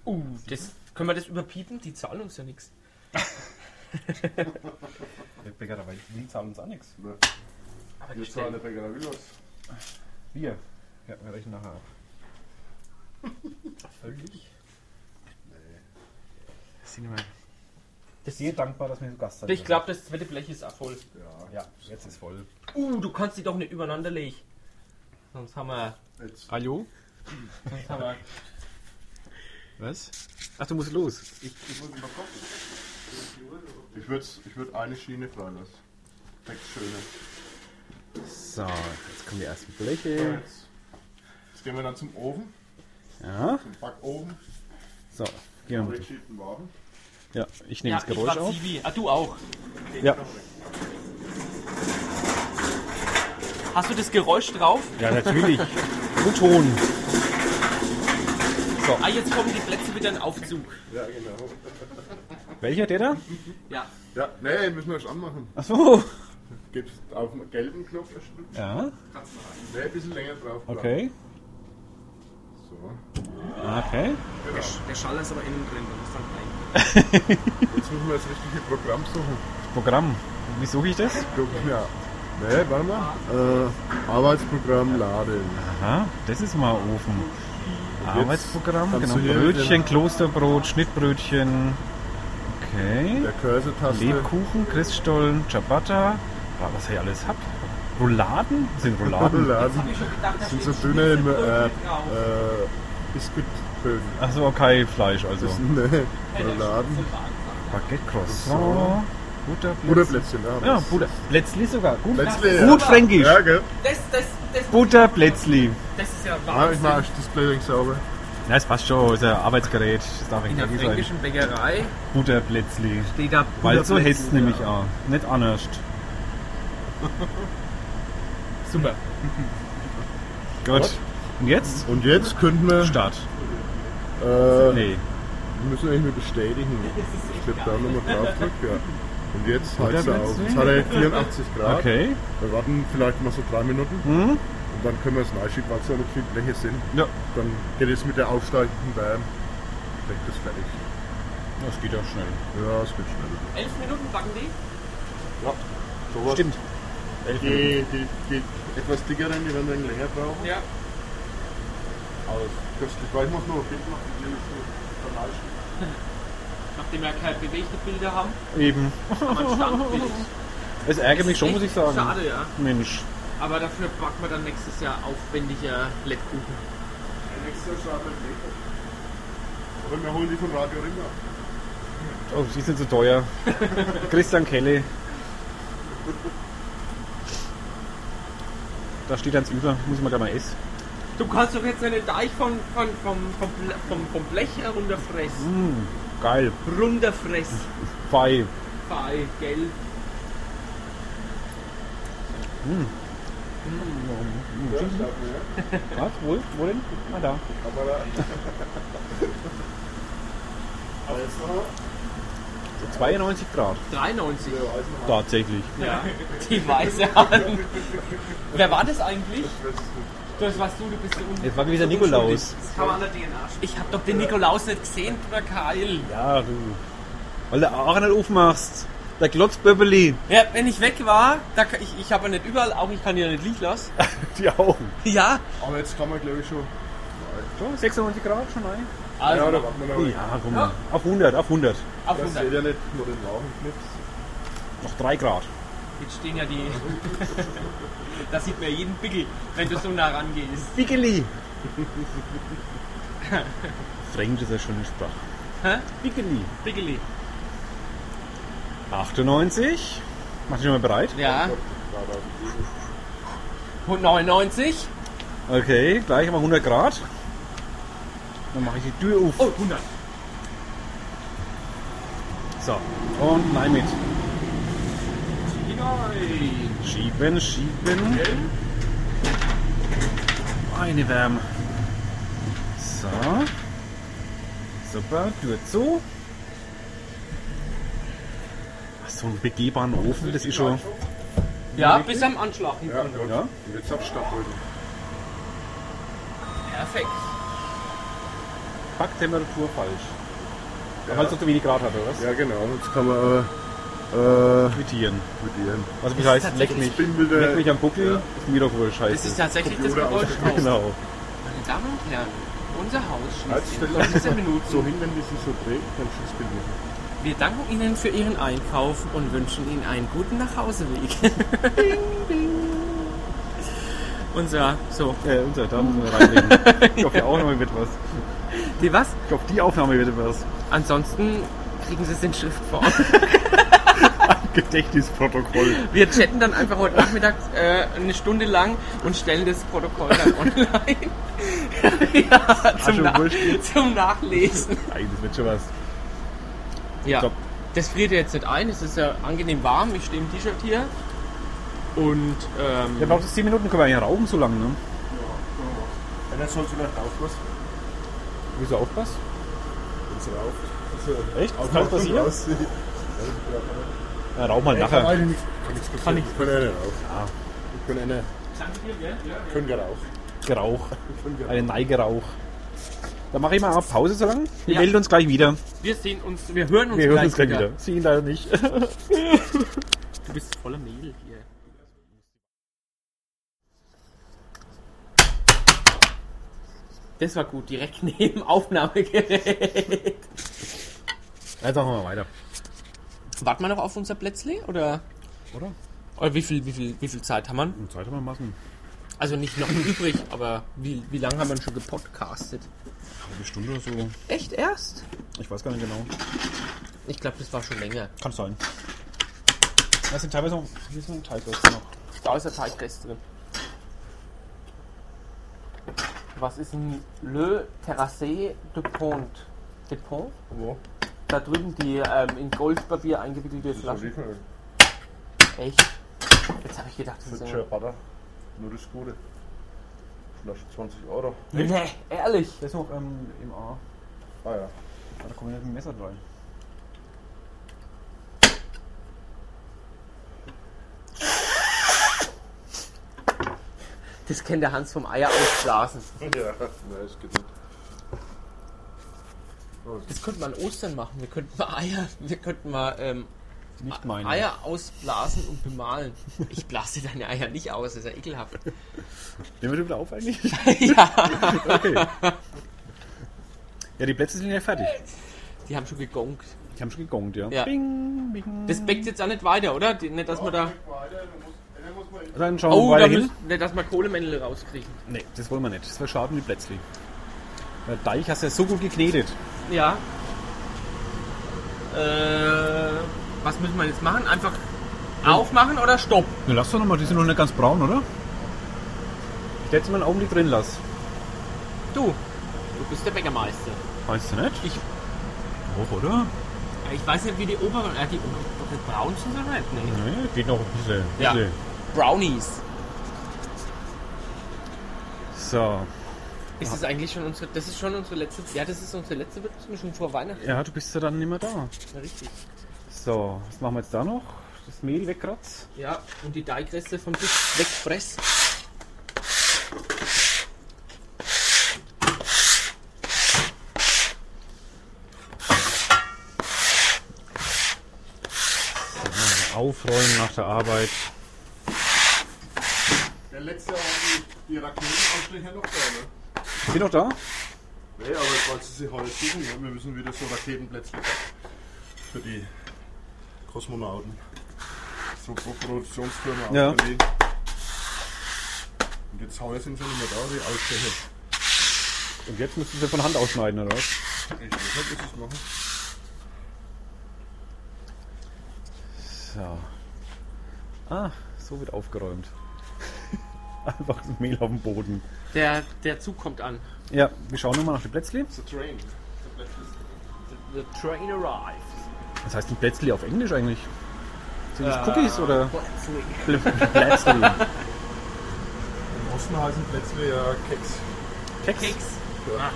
Speaker 1: Uh, das, können wir das überpiepen? Die zahlen uns ja nichts.
Speaker 2: Der Bäcker dabei, die zahlen uns auch nichts.
Speaker 4: Ne?
Speaker 1: Aber die
Speaker 4: Wir zahlen der
Speaker 1: stellen,
Speaker 4: Bäckerei Willows.
Speaker 2: Wir. Ja, wir rechnen nachher ab. Völlig. Sind wir
Speaker 1: das,
Speaker 2: sehr dankbar, dass wir so Gast sind.
Speaker 1: ich glaube, das zweite Blech ist auch voll.
Speaker 4: Ja.
Speaker 2: Ja, jetzt ist voll.
Speaker 1: Uh, du kannst die doch nicht übereinander legen. Sonst haben wir.
Speaker 4: Jetzt.
Speaker 2: Hallo?
Speaker 1: Sonst haben wir
Speaker 2: Was? Ach, du musst los.
Speaker 4: Ich würde ich würd eine Schiene freilassen. Sechs schöne.
Speaker 2: So, jetzt kommen die ersten Bleche.
Speaker 4: Jetzt. jetzt gehen wir dann zum Ofen,
Speaker 2: Ja.
Speaker 4: zum Backofen.
Speaker 2: So, gehen wir
Speaker 4: Oder
Speaker 2: mit.
Speaker 4: geschiebten Waben.
Speaker 2: Ja, ich nehme
Speaker 1: ja,
Speaker 2: das
Speaker 1: ich
Speaker 2: Geräusch
Speaker 1: war
Speaker 2: auf.
Speaker 1: Zivi. Ah, du auch.
Speaker 2: Ja.
Speaker 1: Hast du das Geräusch drauf?
Speaker 2: ja, natürlich. Und Ton.
Speaker 1: Ah, jetzt kommen die Plätze wieder in Aufzug.
Speaker 4: Ja, genau.
Speaker 2: Welcher, der da?
Speaker 1: Ja.
Speaker 4: Ja, nee, müssen wir erst anmachen.
Speaker 2: Achso.
Speaker 4: Gibst auf den gelben Knopf erst drücken.
Speaker 2: Ja,
Speaker 4: Nee, ein bisschen länger drauf. bleiben.
Speaker 2: okay.
Speaker 4: So.
Speaker 2: Okay.
Speaker 8: Der Schaller ist aber innen drin, da muss dann rein.
Speaker 4: Jetzt müssen wir das richtige Programm suchen.
Speaker 2: Programm. Wie suche ich das?
Speaker 4: Gucken, ja. Nee, warte mal. Äh, Arbeitsprogramm laden.
Speaker 2: Aha, das ist mal Ofen. Arbeitsprogramm,
Speaker 4: kannst
Speaker 2: genau.
Speaker 4: du hier
Speaker 2: Brötchen,
Speaker 4: den-
Speaker 2: Klosterbrot, Schnittbrötchen. Okay.
Speaker 4: Der Cursor-Taste.
Speaker 2: Lebkuchen, Christstollen, Ciabatta. Ah, was ich alles hab. Rouladen? Sind Rouladen?
Speaker 4: Laden.
Speaker 1: Ich schon gedacht, da
Speaker 4: Das sind
Speaker 1: steht
Speaker 4: so
Speaker 1: Spitze
Speaker 4: dünne
Speaker 1: Brötchen
Speaker 4: äh,
Speaker 1: drauf.
Speaker 4: äh, Biskuitböden.
Speaker 2: Achso, okay, Fleisch also.
Speaker 4: Das sind nee,
Speaker 1: Hey, das ist
Speaker 4: Laden.
Speaker 1: schon Wahnsinn.
Speaker 2: Baguette Croissant.
Speaker 4: So.
Speaker 2: Guter Plätzchen.
Speaker 4: Butterplätzchen, ja.
Speaker 2: Ja, Butter. Plätzli sogar. Gut,
Speaker 4: Plätzli, ja.
Speaker 2: gut fränkisch.
Speaker 4: Ja, gell?
Speaker 1: Das, das, das,
Speaker 2: Butter Plätzli.
Speaker 1: das ist ja
Speaker 4: Ah, ich
Speaker 1: Wahnsinn.
Speaker 4: mache das Display übrigens sauber.
Speaker 2: Na, es passt schon. Ist ein Arbeitsgerät. Das darf
Speaker 1: In
Speaker 2: nicht
Speaker 1: der
Speaker 2: dreckig
Speaker 1: fränkischen
Speaker 2: sein.
Speaker 1: Bäckerei
Speaker 2: Butter Plätzli.
Speaker 1: steht da
Speaker 2: Weil so
Speaker 1: Butterplätzchen.
Speaker 2: heißt nämlich auch. Nicht anders.
Speaker 1: Super.
Speaker 2: Gut. Und jetzt?
Speaker 4: Und jetzt könnten wir.
Speaker 2: Start.
Speaker 4: Äh,
Speaker 2: Nee.
Speaker 4: Wir müssen eigentlich nur bestätigen. Ich werde da nochmal drauf drücken, ja. Und jetzt heizt er auf.
Speaker 2: Butterplätzchen?
Speaker 4: Jetzt hat er 84 Grad.
Speaker 2: Okay.
Speaker 4: Wir warten vielleicht mal so drei Minuten.
Speaker 2: Hm?
Speaker 4: Und dann können wir es reinschieben, weil es ja nicht viele Bleche sind.
Speaker 2: Ja.
Speaker 4: Dann geht es mit der aufsteigenden Wärme. Weg ist fertig.
Speaker 2: Das geht auch schnell.
Speaker 4: Ja, es geht schnell.
Speaker 1: Elf Minuten backen die?
Speaker 2: Stimmt. Äh,
Speaker 4: Die, die, die etwas dickeren, die werden dann länger brauchen.
Speaker 1: Ja.
Speaker 4: Aus. Köstlich, weil ich mach nur ein Bild machen, die müssen verleischen.
Speaker 1: Nachdem wir keine bewegte Bilder haben,
Speaker 2: Eben.
Speaker 1: aber ein Standbild.
Speaker 2: Es ärgert mich schon, muss ich sagen.
Speaker 1: Schade, ja.
Speaker 2: Mensch.
Speaker 1: Aber dafür backen wir dann nächstes Jahr aufwendiger Lettkuchen.
Speaker 4: Nächster Schaden Bleche. Aber wir holen die von Radio Ringer.
Speaker 2: Oh, die sind so teuer. Christian Kelly. Da steht eins über, muss ich mal gleich mal essen.
Speaker 1: Du kannst doch jetzt einen Deich von, von, vom, vom, Ble- vom, vom Blech her runterfressen.
Speaker 2: Mm, geil.
Speaker 1: Runterfressen.
Speaker 2: Bei.
Speaker 1: Bei, gell?
Speaker 4: Mhm.
Speaker 2: Was? Wo? Wo denn? Ah, da.
Speaker 4: äh,
Speaker 2: So 92 Grad.
Speaker 1: 93.
Speaker 2: Tatsächlich.
Speaker 1: Ja. also. Die weiße Hand. Wer war das eigentlich? Das warst du, du bist hier unten.
Speaker 2: Jetzt war wieder Nikolaus.
Speaker 8: Das kann man an der DNA schauen.
Speaker 1: Ich hab doch den Nikolaus nicht gesehen, Bruder Kyle.
Speaker 2: Ja, du. Weil du auch nicht aufmachst. Der Glotzböbeli.
Speaker 1: Ja, wenn ich weg war, da, kann- ich, ich habe ja nicht überall, auch ich kann ja nicht liegen lassen.
Speaker 2: Die Augen.
Speaker 1: Ja,
Speaker 4: Aber jetzt kann man, glaube ich, schon.
Speaker 2: So, 96 Oh, Grad schon ein.
Speaker 1: also
Speaker 4: Ja, da warten wir noch.
Speaker 2: Ja, komm mal. Auf 100, auf 100.
Speaker 1: auf
Speaker 4: Das
Speaker 1: 100.
Speaker 4: seht ihr nicht, nur den Laugenknips.
Speaker 2: Noch 3 Grad.
Speaker 1: Jetzt stehen ja die. da sieht man ja jeden Pickel, wenn du so nah rangehst.
Speaker 2: Wiggeli. Fränkisch ist ja schon eine Sprache.
Speaker 1: Hä?
Speaker 2: Wiggeli.
Speaker 1: Pickeli.
Speaker 2: 98. Mach dich nochmal bereit.
Speaker 1: Ja. 199.
Speaker 2: Okay, gleich haben wir 100 Grad. Dann mache ich die Tür auf.
Speaker 1: Oh, 100.
Speaker 2: So, und nein mit. Schieben, schieben. Eine Wärme. So. Super, Tür zu. Ach, So ein begehbaren Ofen, das ist schon.
Speaker 1: Ja, bis am Anschlag.
Speaker 4: Ja, ja.
Speaker 2: Ja.
Speaker 4: Und jetzt auf Stadtbrücken.
Speaker 1: Perfekt.
Speaker 2: Backtemperatur falsch. Ja. Weil es noch zu wenig Grad hat, oder was?
Speaker 4: Ja, genau. Jetzt kann man aber. Äh,
Speaker 2: Mit Tieren.
Speaker 4: mit ihren.
Speaker 2: Also, wie heißt, leck mich.
Speaker 4: Spinnbilder.
Speaker 2: Leck mich am Buckel, äh, ist mir doch wohl scheiße.
Speaker 1: Das ist tatsächlich das
Speaker 4: Computer
Speaker 1: Geräusch draußen.
Speaker 2: Genau.
Speaker 1: Meine Damen und Herren, unser Haus
Speaker 4: Als
Speaker 1: schließt in
Speaker 4: Stelle
Speaker 1: 15 Minuten.
Speaker 4: so hin, wenn die sich so dreht, dann schießt bin ich.
Speaker 1: Wir danken Ihnen für Ihren Einkauf und wünschen Ihnen einen guten Nachhauseweg. bing, bing. Unser, so,
Speaker 2: Äh, unser, da müssen wir reinlegen. Ich hoffe, die Aufnahme wird was.
Speaker 1: die was?
Speaker 2: Ich hoffe, die Aufnahme wird was.
Speaker 1: Ansonsten kriegen Sie es in Schriftform.
Speaker 2: Gedächtnisprotokoll.
Speaker 1: Wir chatten dann einfach heute Nachmittag äh, eine Stunde lang und stellen das Protokoll dann online. ja, zum,
Speaker 2: schon
Speaker 1: Nach
Speaker 2: wurscht.
Speaker 1: zum Nachlesen.
Speaker 2: Nein, das wird schon was.
Speaker 1: Ja,
Speaker 2: Stopp.
Speaker 1: das friert ja jetzt nicht ein, es ist ja angenehm warm, ich stehe im T-Shirt hier. Und
Speaker 2: Ja,
Speaker 1: ähm,
Speaker 2: braucht es 10 Minuten, können wir eigentlich rauchen so lange, ne?
Speaker 4: Ja, dann sollst du noch drauf was.
Speaker 2: Wieso aufpasst?
Speaker 4: Wenn's rauf. Also,
Speaker 2: Echt? Das kann passieren?
Speaker 4: raus.
Speaker 2: Ja, Äh, rauch mal
Speaker 4: Kann
Speaker 2: nachher.
Speaker 4: heute nichts kann nichts passieren. Ich kann einen rauf. Ja. Ich kann einen. Können wir rauf.
Speaker 2: Gerauch.
Speaker 4: Können wir
Speaker 2: Eine Neigerauch. Dann mache ich mal eine Pause so lange. Wir melden uns gleich wieder.
Speaker 1: wir sehen uns, wir hören uns,
Speaker 2: Wir
Speaker 1: gleich,
Speaker 2: hören uns gleich
Speaker 1: wieder.
Speaker 2: wieder. Sie ihn leider nicht.
Speaker 1: Du bist voller Mehl hier. Das war gut, direkt neben Aufnahmegerät.
Speaker 2: Jetzt machen wir mal weiter.
Speaker 1: Warten wir noch auf unser Plätzli oder?
Speaker 2: Oder?
Speaker 1: Oder wie viel, wie viel, wie viel Zeit haben wir?
Speaker 2: Und Zeit haben wir machen.
Speaker 1: Also nicht noch übrig, aber wie, wie lange haben wir denn schon gepodcastet?
Speaker 2: Eine Stunde oder so.
Speaker 1: Echt erst?
Speaker 2: Ich weiß gar nicht genau.
Speaker 1: Ich glaube, das war schon länger.
Speaker 2: Kann sein. Das sind teilweise noch. Hier sind teilweise noch.
Speaker 1: Da ist der Teiggeist drin. Was ist ein Le Terrassé de Pont? De Pont?
Speaker 4: Wo?
Speaker 1: Da drüben die ähm, in Goldpapier eingewickelte
Speaker 4: Das
Speaker 1: Flasche.
Speaker 4: ist ein
Speaker 1: Echt? Jetzt habe ich gedacht, das ist
Speaker 4: Fitscher
Speaker 1: ein...
Speaker 4: Butter. Nur das Gute. Flasche 20 Euro.
Speaker 1: Nee, ehrlich.
Speaker 2: Der ist noch ähm, im A.
Speaker 4: Ah ja.
Speaker 2: Da kommen wir mit dem Messer rein.
Speaker 1: Das kennt der Hans vom Eier ausblasen.
Speaker 4: Ja, nein, es geht nicht.
Speaker 1: Das könnte man an Ostern machen. Wir könnten mal Eier, wir könnten mal ähm,
Speaker 2: Nicht meine.
Speaker 1: Eier ausblasen und bemalen. Ich blase deine Eier nicht aus, das ist ja ekelhaft.
Speaker 2: Nehmen wir den wieder auf eigentlich?
Speaker 1: ja,
Speaker 2: Okay. ja, die Plätze sind ja fertig.
Speaker 1: die haben schon gegongt.
Speaker 2: Die haben schon gegongt, ja.
Speaker 1: Ja.
Speaker 2: Bing, bing.
Speaker 1: Das beckt jetzt auch nicht weiter, oder? Die- Nicht, dass wir da.
Speaker 2: Also Dann schauen wir
Speaker 1: Oh, da
Speaker 2: weiter hin.
Speaker 1: müssen, nicht, dass wir Kohlemännle rauskriegen.
Speaker 2: Nee, das wollen wir nicht. Das wäre schade mit Plätzli. Der Deich hast du ja so gut geknetet.
Speaker 1: Ja. Äh, was müssen wir jetzt machen? Einfach aufmachen oder stopp?
Speaker 2: Na, lass doch nochmal, die sind noch nicht ganz braun, oder? Ich hätte mal einen Augenblick drin lassen.
Speaker 1: Du, du bist der Bäckermeister.
Speaker 2: Meinst du nicht?
Speaker 1: Ich-
Speaker 2: Auch, oder?
Speaker 1: Ich weiß nicht, wie die oberen. Äh, die oberen braun sind sie nicht? Nee.
Speaker 2: Nee, geht noch ein bisschen.
Speaker 1: Ja.
Speaker 2: bisschen.
Speaker 1: Brownies.
Speaker 2: So.
Speaker 1: Ist das eigentlich schon unsere. Das ist schon unsere letzte. Ja, das ist unsere letzte Würzmischung vor Weihnachten.
Speaker 2: Ja, du bist ja dann nicht mehr da.
Speaker 1: Ja, richtig.
Speaker 2: So, was machen wir jetzt da noch? Das Mehl wegkratzt.
Speaker 1: Ja, und die Teigreste vom Tisch wegfress.
Speaker 2: Dann Aufräumen nach der Arbeit.
Speaker 4: Der letzte Jahr waren die, die Raketenausstriche noch da, ne?
Speaker 2: Bin noch da?
Speaker 4: Nee, aber ich wollte sie heute suchen. Ne? Wir müssen wieder so Raketenplätze für die Kosmonauten. So pro Produktionsfirma aus
Speaker 2: Ja.
Speaker 4: Berlin. Und jetzt heuer sind sie nicht mehr da, die Ausstecher.
Speaker 2: Und jetzt müsstest du sie von Hand ausschneiden, oder was?
Speaker 4: Ich weiß nicht, was ich machen.
Speaker 2: So. Ah, so wird aufgeräumt. Einfach das Mehl auf dem Boden.
Speaker 1: Der, der Zug kommt an.
Speaker 2: Ja, wir schauen nochmal nach dem Plätzli.
Speaker 4: The Train.
Speaker 1: The train arrives.
Speaker 2: Was heißt ein Plätzli auf Englisch eigentlich? Sind das
Speaker 1: Äh.
Speaker 2: Cookies oder? Plätzli. Plätzli.
Speaker 4: Im Osten heißen Plätzle ja Keks.
Speaker 2: Keks.
Speaker 1: Keks. Ah,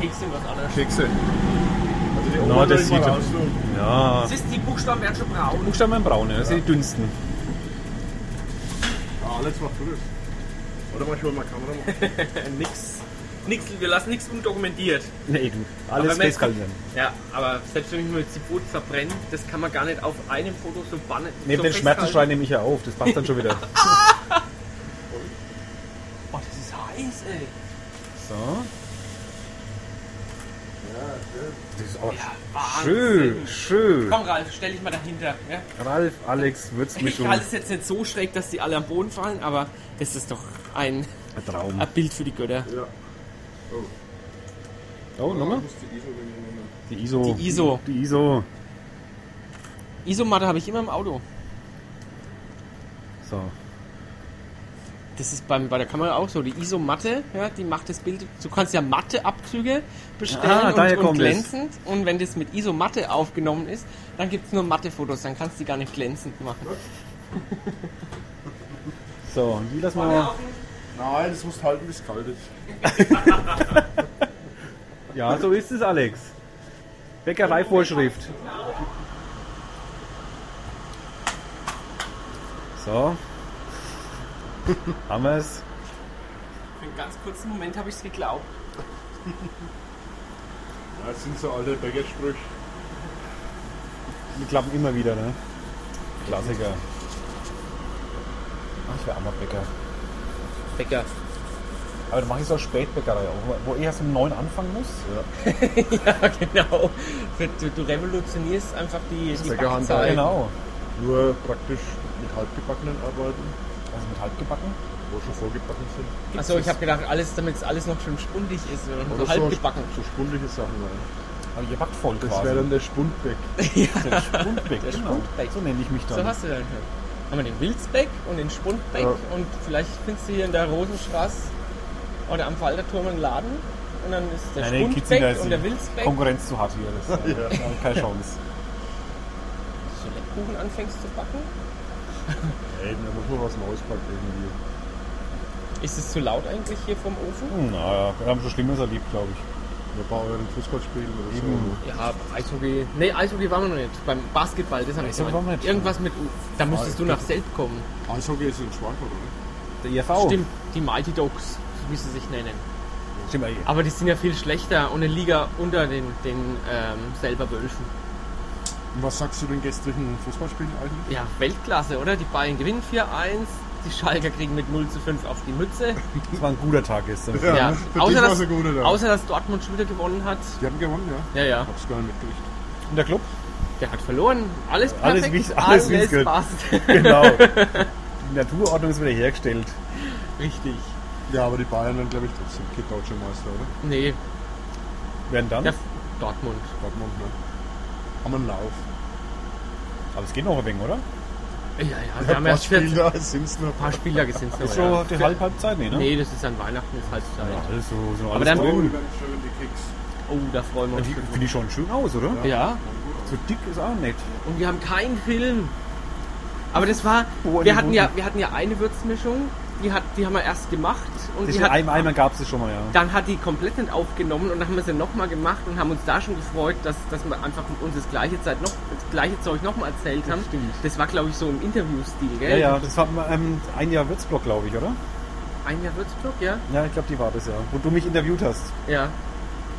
Speaker 1: Keks sind was anderes.
Speaker 4: Kekse. Also die
Speaker 2: Na,
Speaker 4: Oma
Speaker 2: das
Speaker 4: will mal
Speaker 2: sieht-
Speaker 4: raussuchen.
Speaker 2: Ja.
Speaker 1: Siehst du, die Buchstaben werden schon braun.
Speaker 2: Buchstaben werden braun, ja. das sind die dünnsten.
Speaker 4: Ah, alles macht früh. Oder mach ich hol mal Kamera mal.
Speaker 1: nix. Nix, wir lassen nichts undokumentiert.
Speaker 2: Nee, du.
Speaker 1: Aber
Speaker 2: Alles
Speaker 1: wenn-
Speaker 2: festkalten.
Speaker 1: Ja, aber selbst wenn ich mir jetzt die Brot verbrenne, das kann man gar nicht auf einem Foto so bannen.
Speaker 2: Neben
Speaker 1: so
Speaker 2: den
Speaker 1: festhalten.
Speaker 2: Schmerzensschrei nehme ich ja auf, das passt dann schon wieder.
Speaker 1: Oh, das ist heiß, ey.
Speaker 2: So.
Speaker 1: Ja, Wahnsinn.
Speaker 2: Schön, schön.
Speaker 1: Komm, Ralf, stell dich mal dahinter. Ja?
Speaker 2: Ralf, Alex, um
Speaker 1: Ich
Speaker 2: Würzmischung.
Speaker 1: halte es jetzt nicht so schräg, dass die alle am Boden fallen, aber das ist doch ein,
Speaker 2: Ein Traum.
Speaker 1: ein Bild für die Götter.
Speaker 4: Ja.
Speaker 2: Oh, nochmal?
Speaker 4: Muss die ISO nehmen.
Speaker 2: Die ISO.
Speaker 1: Die ISO.
Speaker 2: Die ISO.
Speaker 1: Isomatte habe ich immer im Auto.
Speaker 2: So.
Speaker 1: Das ist beim, bei der Kamera auch so. Die ISO-Matte, ja, die macht das Bild. Du kannst ja matte Abzüge bestellen
Speaker 2: Ah, daher
Speaker 1: und, und
Speaker 2: kommt es.
Speaker 1: glänzend. Und wenn das mit ISO-Matte aufgenommen ist, dann gibt es nur matte Fotos. Dann kannst du die gar nicht glänzend machen.
Speaker 2: So, und die lassen wir mal.
Speaker 4: Nein, das musst halten, bis es kalt ist.
Speaker 2: Ja, so ist es, Alex. Bäckereivorschrift. So. Haben wir es.
Speaker 1: Für einen ganz kurzen Moment habe ich es geglaubt.
Speaker 4: Ja, Das sind so alte Bäckersprüche.
Speaker 2: Die klappen immer wieder, ne? Klassiker. Ach, ich wäre einmal Bäcker.
Speaker 1: Bäcker.
Speaker 2: Aber dann mache ich so Spätbäckerei auch, wo ich erst um neun anfangen muss.
Speaker 1: ja, genau. Du, du revolutionierst einfach die, die
Speaker 4: Bäckerhandel.
Speaker 1: Backzeit.
Speaker 2: Genau.
Speaker 4: Nur praktisch mit halbgebackenen Arbeiten,
Speaker 2: Also mit halbgebacken.
Speaker 4: wo schon vorgebacken sind.
Speaker 1: Achso, ich habe gedacht, alles, damit es alles noch schön spundig ist oder, so
Speaker 4: so,
Speaker 1: halb gebacken.
Speaker 4: so spundige Sachen. Ja.
Speaker 2: Aber ihr backt voll
Speaker 4: Das
Speaker 2: quasi.
Speaker 4: wäre dann der Spundbeck.
Speaker 2: der Spundbeck.
Speaker 1: Der
Speaker 2: genau.
Speaker 1: Spundbeck.
Speaker 2: So nenne ich mich dann.
Speaker 1: So hast du dann halt. Haben wir den Wilsbeck und den Spundbeck
Speaker 4: Ja.
Speaker 1: und vielleicht findest du hier in der Rosenstraße oder am Falterturm einen Laden und dann ist der
Speaker 2: Nein, nein, Kitzingen,
Speaker 1: Spundbeck
Speaker 2: da ist
Speaker 1: und
Speaker 2: die
Speaker 1: der Wilsbeck.
Speaker 2: Konkurrenz zu hart hier. Das, äh, Keine Chance.
Speaker 1: Wenn du Lebkuchen anfängst zu backen,
Speaker 4: Ey, da muss man was Neues packen irgendwie.
Speaker 1: ist es zu laut eigentlich hier vom Ofen?
Speaker 2: Hm, Naja, wir haben schon Schlimmes erlebt, glaube ich.
Speaker 4: Wir bauen einen Fußballspiel oder so.
Speaker 1: Ja, Eishockey. Nee, Eishockey waren wir noch nicht. Beim Basketball, das habe ich
Speaker 2: Eishockey
Speaker 1: gemeint.
Speaker 2: waren wir nicht.
Speaker 1: Irgendwas mit U. Da müsstest du nach Selb kommen.
Speaker 4: Eishockey ist in Schwankfurt, oder?
Speaker 2: Der IFV.
Speaker 1: Stimmt, die Mighty Dogs, so wie sie sich nennen.
Speaker 2: Stimmt ey.
Speaker 1: Aber die sind ja viel schlechter und eine Liga unter den, den ähm, selber Wölfen.
Speaker 4: Und was sagst du den gestrigen Fußballspielen eigentlich?
Speaker 1: Ja, Weltklasse, oder? Die Bayern gewinnen 4-1, die Schalker kriegen mit 0 zu 5 auf die Mütze.
Speaker 2: Das war ein guter Tag gestern.
Speaker 4: Ja, ne? für dich
Speaker 1: Außer,
Speaker 4: war's
Speaker 1: dass,
Speaker 4: eine gute da.
Speaker 1: außer dass Dortmund schon wieder gewonnen hat.
Speaker 4: Die haben gewonnen, ja.
Speaker 1: Ja, ja.
Speaker 4: Hab's gar nicht mitgekriegt.
Speaker 2: Und der Club?
Speaker 1: Der hat verloren. Alles
Speaker 2: Alles
Speaker 1: perfekt.
Speaker 2: wie's- alles wie's gehört.
Speaker 1: passt.
Speaker 2: Genau. Die Naturordnung ist wieder hergestellt.
Speaker 1: Richtig.
Speaker 4: Ja, aber die Bayern werden, glaube ich, trotzdem Kid Deutsche Meister, oder?
Speaker 1: Nee,
Speaker 2: Werden dann?
Speaker 1: der F- Dortmund.
Speaker 4: Dortmund, ne? Haben einen Lauf.
Speaker 2: Aber es geht noch ein wenig, oder?
Speaker 1: Ja, ja, wir haben
Speaker 4: Ein paar
Speaker 1: erst 14
Speaker 4: Spieler sind's noch.
Speaker 1: paar Spieler gesehen.
Speaker 2: Ist so die halb Halbzeit, nee, ne?
Speaker 1: Nee, das ist an Weihnachten, ist Halbzeit.
Speaker 2: Ja, alles so, sind alles
Speaker 1: Aber dann-
Speaker 4: Oh, die
Speaker 2: drin.
Speaker 4: werden schön, die Kicks.
Speaker 1: Oh, da freuen wir uns.
Speaker 2: Die finde ich schon schön aus, oder?
Speaker 1: Ja,
Speaker 2: So dick ist auch nicht.
Speaker 1: und wir haben keinen Film. Aber das war,
Speaker 2: Oh,
Speaker 1: wir
Speaker 2: die
Speaker 1: hatten ja, wir hatten ja eine Würzmischung, die hat, die haben wir erst gemacht und
Speaker 2: Das
Speaker 1: die
Speaker 2: ja,
Speaker 1: hat,
Speaker 2: einmal, einmal gab es das schon mal, ja.
Speaker 1: dann hat die komplett nicht aufgenommen und dann haben wir sie nochmal gemacht und haben uns da schon gefreut, dass, dass wir einfach uns das gleiche Zeit noch, das gleiche Zeug nochmal erzählt haben.
Speaker 2: stimmt.
Speaker 1: Das war, glaube ich, so im Interview-Stil, gell?
Speaker 2: Ja, ja, das war ähm, ein Jahr Würzblock, glaube ich, oder?
Speaker 1: Ein Jahr Würzburg, ja?
Speaker 2: Ja, ich glaube, die war das ja. Wo du mich interviewt hast.
Speaker 1: Ja.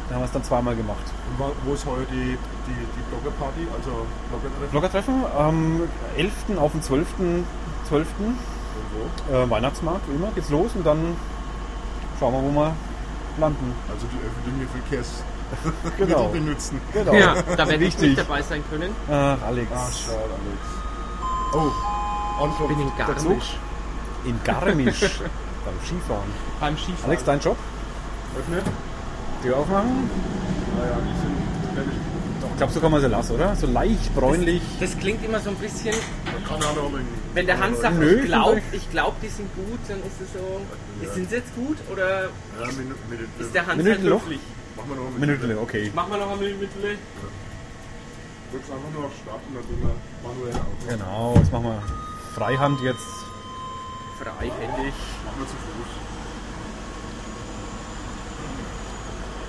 Speaker 2: Da haben wir es dann zweimal gemacht.
Speaker 4: Und wo- wo ist heuer die, die, die Blogger-Party, also Blogger-Treffen?
Speaker 2: Bloggertreffen am 11. ähm, auf den 12. 12.
Speaker 4: Und wo?
Speaker 2: Äh, Weihnachtsmarkt, wie immer, geht's los und dann schauen wir, wo wir landen.
Speaker 4: Also die öffentlichen Verkehrsmittel
Speaker 2: Genau.
Speaker 4: benutzen.
Speaker 2: genau.
Speaker 1: Ja, da werde ich
Speaker 2: Richtig.
Speaker 1: nicht dabei sein können.
Speaker 2: Ach, Alex.
Speaker 4: Ah, schade, Alex. Oh, Anfang.
Speaker 1: Bin in
Speaker 4: der
Speaker 1: Garmisch.
Speaker 4: Zug.
Speaker 2: In Garmisch. beim Skifahren.
Speaker 1: Beim Skifahren.
Speaker 2: Alex, dein Job?
Speaker 4: Öffnet?
Speaker 2: Tür aufmachen?
Speaker 4: Naja, die sind fertig.
Speaker 2: Ich glaube, so kann man sie lassen, oder? So leicht bräunlich.
Speaker 1: Das klingt immer so ein bisschen,
Speaker 4: Keine Ahnung, ob ich-
Speaker 1: wenn der Hans sagt,
Speaker 2: Nö,
Speaker 1: ich glaube,
Speaker 2: vielleicht.
Speaker 1: ich glaub, die sind gut, dann ist es so, sind sie jetzt gut oder
Speaker 4: Ja, Minuten, Minuten.
Speaker 1: ist der Hans halt
Speaker 2: Minuten noch?
Speaker 1: höflich?
Speaker 4: Machen wir noch eine
Speaker 2: Minuten, okay.
Speaker 1: Machen wir noch einmal mit Lilly.
Speaker 4: Drückst einfach nur auf Start und dann tun wir manuell auf.
Speaker 2: Genau, jetzt machen wir Freihand jetzt.
Speaker 1: Freihändig.
Speaker 4: Machen wir zu Fuß.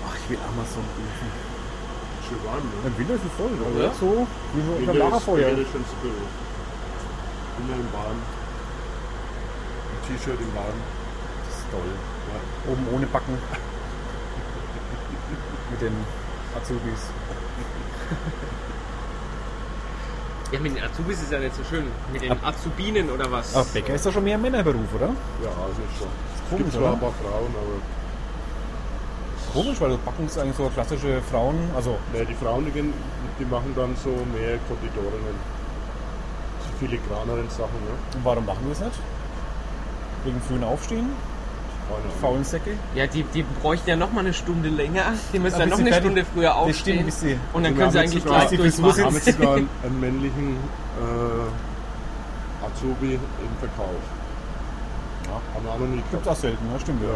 Speaker 2: Ach, ich will Amazon rufen.
Speaker 4: Schön warm, ne?
Speaker 2: Im Winter ist es voll, oder?
Speaker 1: Ja.
Speaker 2: So wie so unter dem
Speaker 4: Winter ist- Winter
Speaker 2: Lagerfeuer.
Speaker 4: ist schon super. Immer im Warm. Ein T-Shirt im Warm.
Speaker 2: Das ist toll. Oben ohne Backen. Mit den Azubis.
Speaker 1: Ja, mit den Azubis ist ja nicht so schön. Mit den
Speaker 2: Ab-
Speaker 1: Azubinen oder was?
Speaker 2: Aber Ah, Bäcker ist doch schon mehr ein Männerberuf, oder?
Speaker 4: Ja, also ist schon. Gibt
Speaker 2: Komisch,
Speaker 4: zwar ein
Speaker 2: oder?
Speaker 4: paar Frauen, aber
Speaker 2: Komisch, weil Backen ist eigentlich so eine klassische Frauen... Also,
Speaker 4: ne, die Frauen, die, gehen- die machen dann so mehr Konditorinnen. So filigraneren Sachen, ne?
Speaker 2: warum machen wir es nicht? Wegen frühen Aufstehen?
Speaker 4: Keine Ahnung.
Speaker 2: Faulen Säcke?
Speaker 1: Ja, die, die bräuchten ja noch mal eine Stunde länger. Die müssen
Speaker 2: Ein
Speaker 1: ja noch
Speaker 2: bisschen
Speaker 1: eine
Speaker 2: fertig.
Speaker 1: Stunde früher
Speaker 2: Das stimmt,
Speaker 1: aufstehen.
Speaker 2: bis die-
Speaker 1: Und dann
Speaker 4: Wir
Speaker 1: können sie
Speaker 4: haben
Speaker 1: eigentlich
Speaker 4: jetzt
Speaker 1: gleich
Speaker 4: sogar-
Speaker 2: die Frisur
Speaker 1: durchmachen.
Speaker 4: haben jetzt sogar einen, einen männlichen äh, Azubi im Verkauf.
Speaker 2: Ja.
Speaker 4: Haben wir auch noch nie gehabt,
Speaker 2: Gibt's auch selten, ne? Stimmt, ja.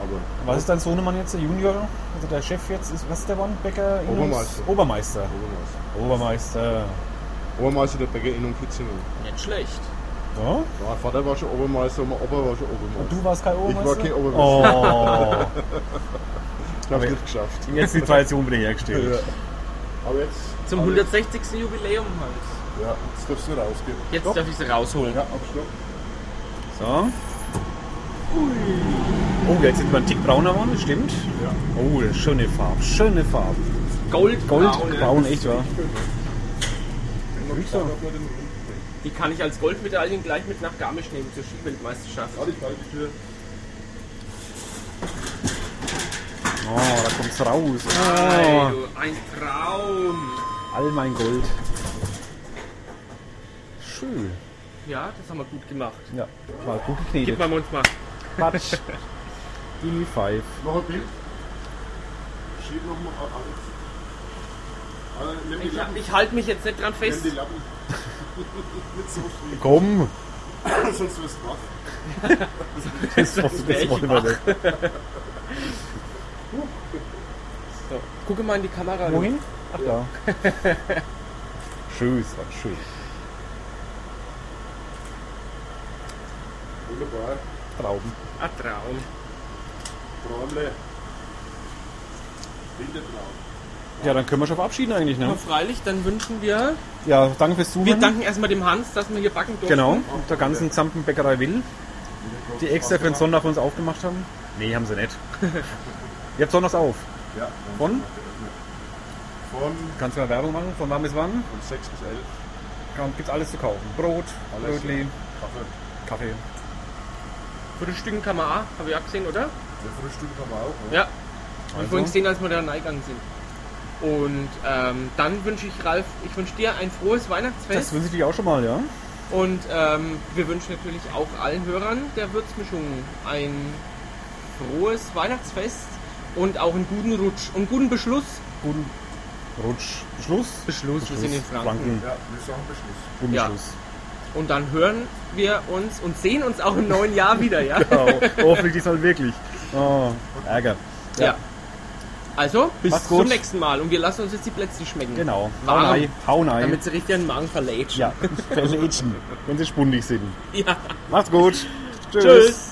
Speaker 4: Ja. aber
Speaker 2: Was ist dein Sohnemann jetzt, der Junior? Also der Chef jetzt, ist, was ist der Mann? Bäcker? Innungs-
Speaker 4: Obermeister.
Speaker 2: Obermeister.
Speaker 4: Obermeister.
Speaker 2: Obermeister.
Speaker 4: Obermeister der Bäcker in und Kitzingen.
Speaker 1: Nicht schlecht.
Speaker 2: Ja?
Speaker 4: Mein Vater war schon Obermeister und mein Opa war schon
Speaker 2: Und
Speaker 4: Obermeister.
Speaker 2: du warst kein Obermeister? Oh.
Speaker 4: kein
Speaker 2: Obermeister.
Speaker 4: Ich hab's nicht geschafft.
Speaker 2: Oh, jetzt die Tradition wieder hergestellt.
Speaker 4: Aber jetzt.
Speaker 1: Zum
Speaker 4: aber
Speaker 1: 160. Jubiläum halt.
Speaker 4: Jetzt, ja, jetzt darfst du rausgehen.
Speaker 1: Jetzt darf ich sie rausholen.
Speaker 4: Ja, auf Stopp.
Speaker 2: So. Oh, jetzt sind wir ein Tick brauner geworden, das stimmt.
Speaker 4: Ja.
Speaker 2: Oh, das ist schöne Farbe, schöne Farbe.
Speaker 1: Gold, Genau.
Speaker 2: Goldbraun, echt, wa?
Speaker 4: Riecht
Speaker 2: doch.
Speaker 1: Die kann ich als Goldmedaillen gleich mit nach Garmisch nehmen zur Skiweltmeisterschaft.
Speaker 4: Warte, ich halte die Tür.
Speaker 2: Oh, da kommt's raus.
Speaker 1: Ey,
Speaker 2: Oh,
Speaker 1: du, ein Traum.
Speaker 2: all mein Gold. Schön.
Speaker 1: Ja, das haben wir gut gemacht.
Speaker 2: Ja, mal gut
Speaker 1: Gib
Speaker 2: geknetet.
Speaker 1: mal uns mal.
Speaker 2: Quatsch. Die Five.
Speaker 4: Noch ein Bild. Schieb noch mal alles. Alle, nimm die
Speaker 1: Ich,
Speaker 4: Lappen.
Speaker 1: ich halte mich jetzt nicht dran
Speaker 4: Nimm
Speaker 1: fest.
Speaker 4: die Lappen. Nicht so viel.
Speaker 2: Komm.
Speaker 4: Sonst wirst du wach.
Speaker 2: Das, das,
Speaker 1: wär ich
Speaker 2: wollen wir nicht.
Speaker 1: So. Gucke mal in die Kamera. du.
Speaker 2: Wohin? Ach da. schön, es war schön.
Speaker 4: Wunderbar.
Speaker 2: Trauben.
Speaker 1: Ein Traum.
Speaker 4: Träumle. Wintertraum.
Speaker 2: Ja, dann können wir schon verabschieden eigentlich,
Speaker 1: Aber
Speaker 2: ne?
Speaker 1: freilich, dann wünschen wir.
Speaker 2: Ja, danke fürs Zuhören.
Speaker 1: Wir danken erstmal dem Hans, dass wir hier backen durften.
Speaker 2: Genau, der ganzen Zampenbäckerei Will, die extra für den Sonntag für uns aufgemacht haben. Nee, haben sie nicht. Ihr habt sonntags auf.
Speaker 4: Ja.
Speaker 2: Von?
Speaker 4: Von,
Speaker 2: Kannst du mal Werbung machen? Von wann bis wann?
Speaker 4: von 6 bis 11.
Speaker 2: Kann- Gibt's alles zu kaufen. Brot,
Speaker 4: Alles,
Speaker 2: Brötli,
Speaker 4: Kaffee.
Speaker 2: Kaffee.
Speaker 1: Frühstücken kann man auch, habe ich auch gesehen, oder?
Speaker 4: Der Frühstück haben wir auch. oder?
Speaker 1: Ja.
Speaker 2: Also,
Speaker 1: Hab Ich vorhin gesehen, als wir da reingegangen sind. Und ähm, dann wünsche ich Ralf, ich wünsche dir ein frohes
Speaker 2: Das
Speaker 1: Weihnachtsfest
Speaker 2: wünsche ich dir auch schon mal, ja?
Speaker 1: und ähm, wir wünschen natürlich auch allen Hörern der Würzmischung ein frohes Weihnachtsfest und auch einen guten Rutsch und guten Beschluss.
Speaker 2: Guten Rutsch. Schluss.
Speaker 1: Beschluss, wir sind in Franken.
Speaker 2: Franken.
Speaker 4: Ja, wir sagen Beschluss.
Speaker 2: Guten
Speaker 1: Ja.
Speaker 2: Schluss.
Speaker 1: Und dann hören wir uns und sehen uns auch im neuen Jahr wieder, ja? ja.
Speaker 2: Oh, hoffentlich diesmal wirklich. Oh, Ärger.
Speaker 1: Also, bis
Speaker 2: Macht's gut.
Speaker 1: zum nächsten Mal und wir lassen uns jetzt die Plätzchen schmecken.
Speaker 2: Genau.
Speaker 1: Warm.
Speaker 2: Hau rein. Hau rein.
Speaker 1: Damit sie richtig an den Magen verlätschen.
Speaker 2: Ja, verlätschen, wenn sie spundig sind.
Speaker 1: Ja.
Speaker 2: Macht's gut.
Speaker 1: Tschüss.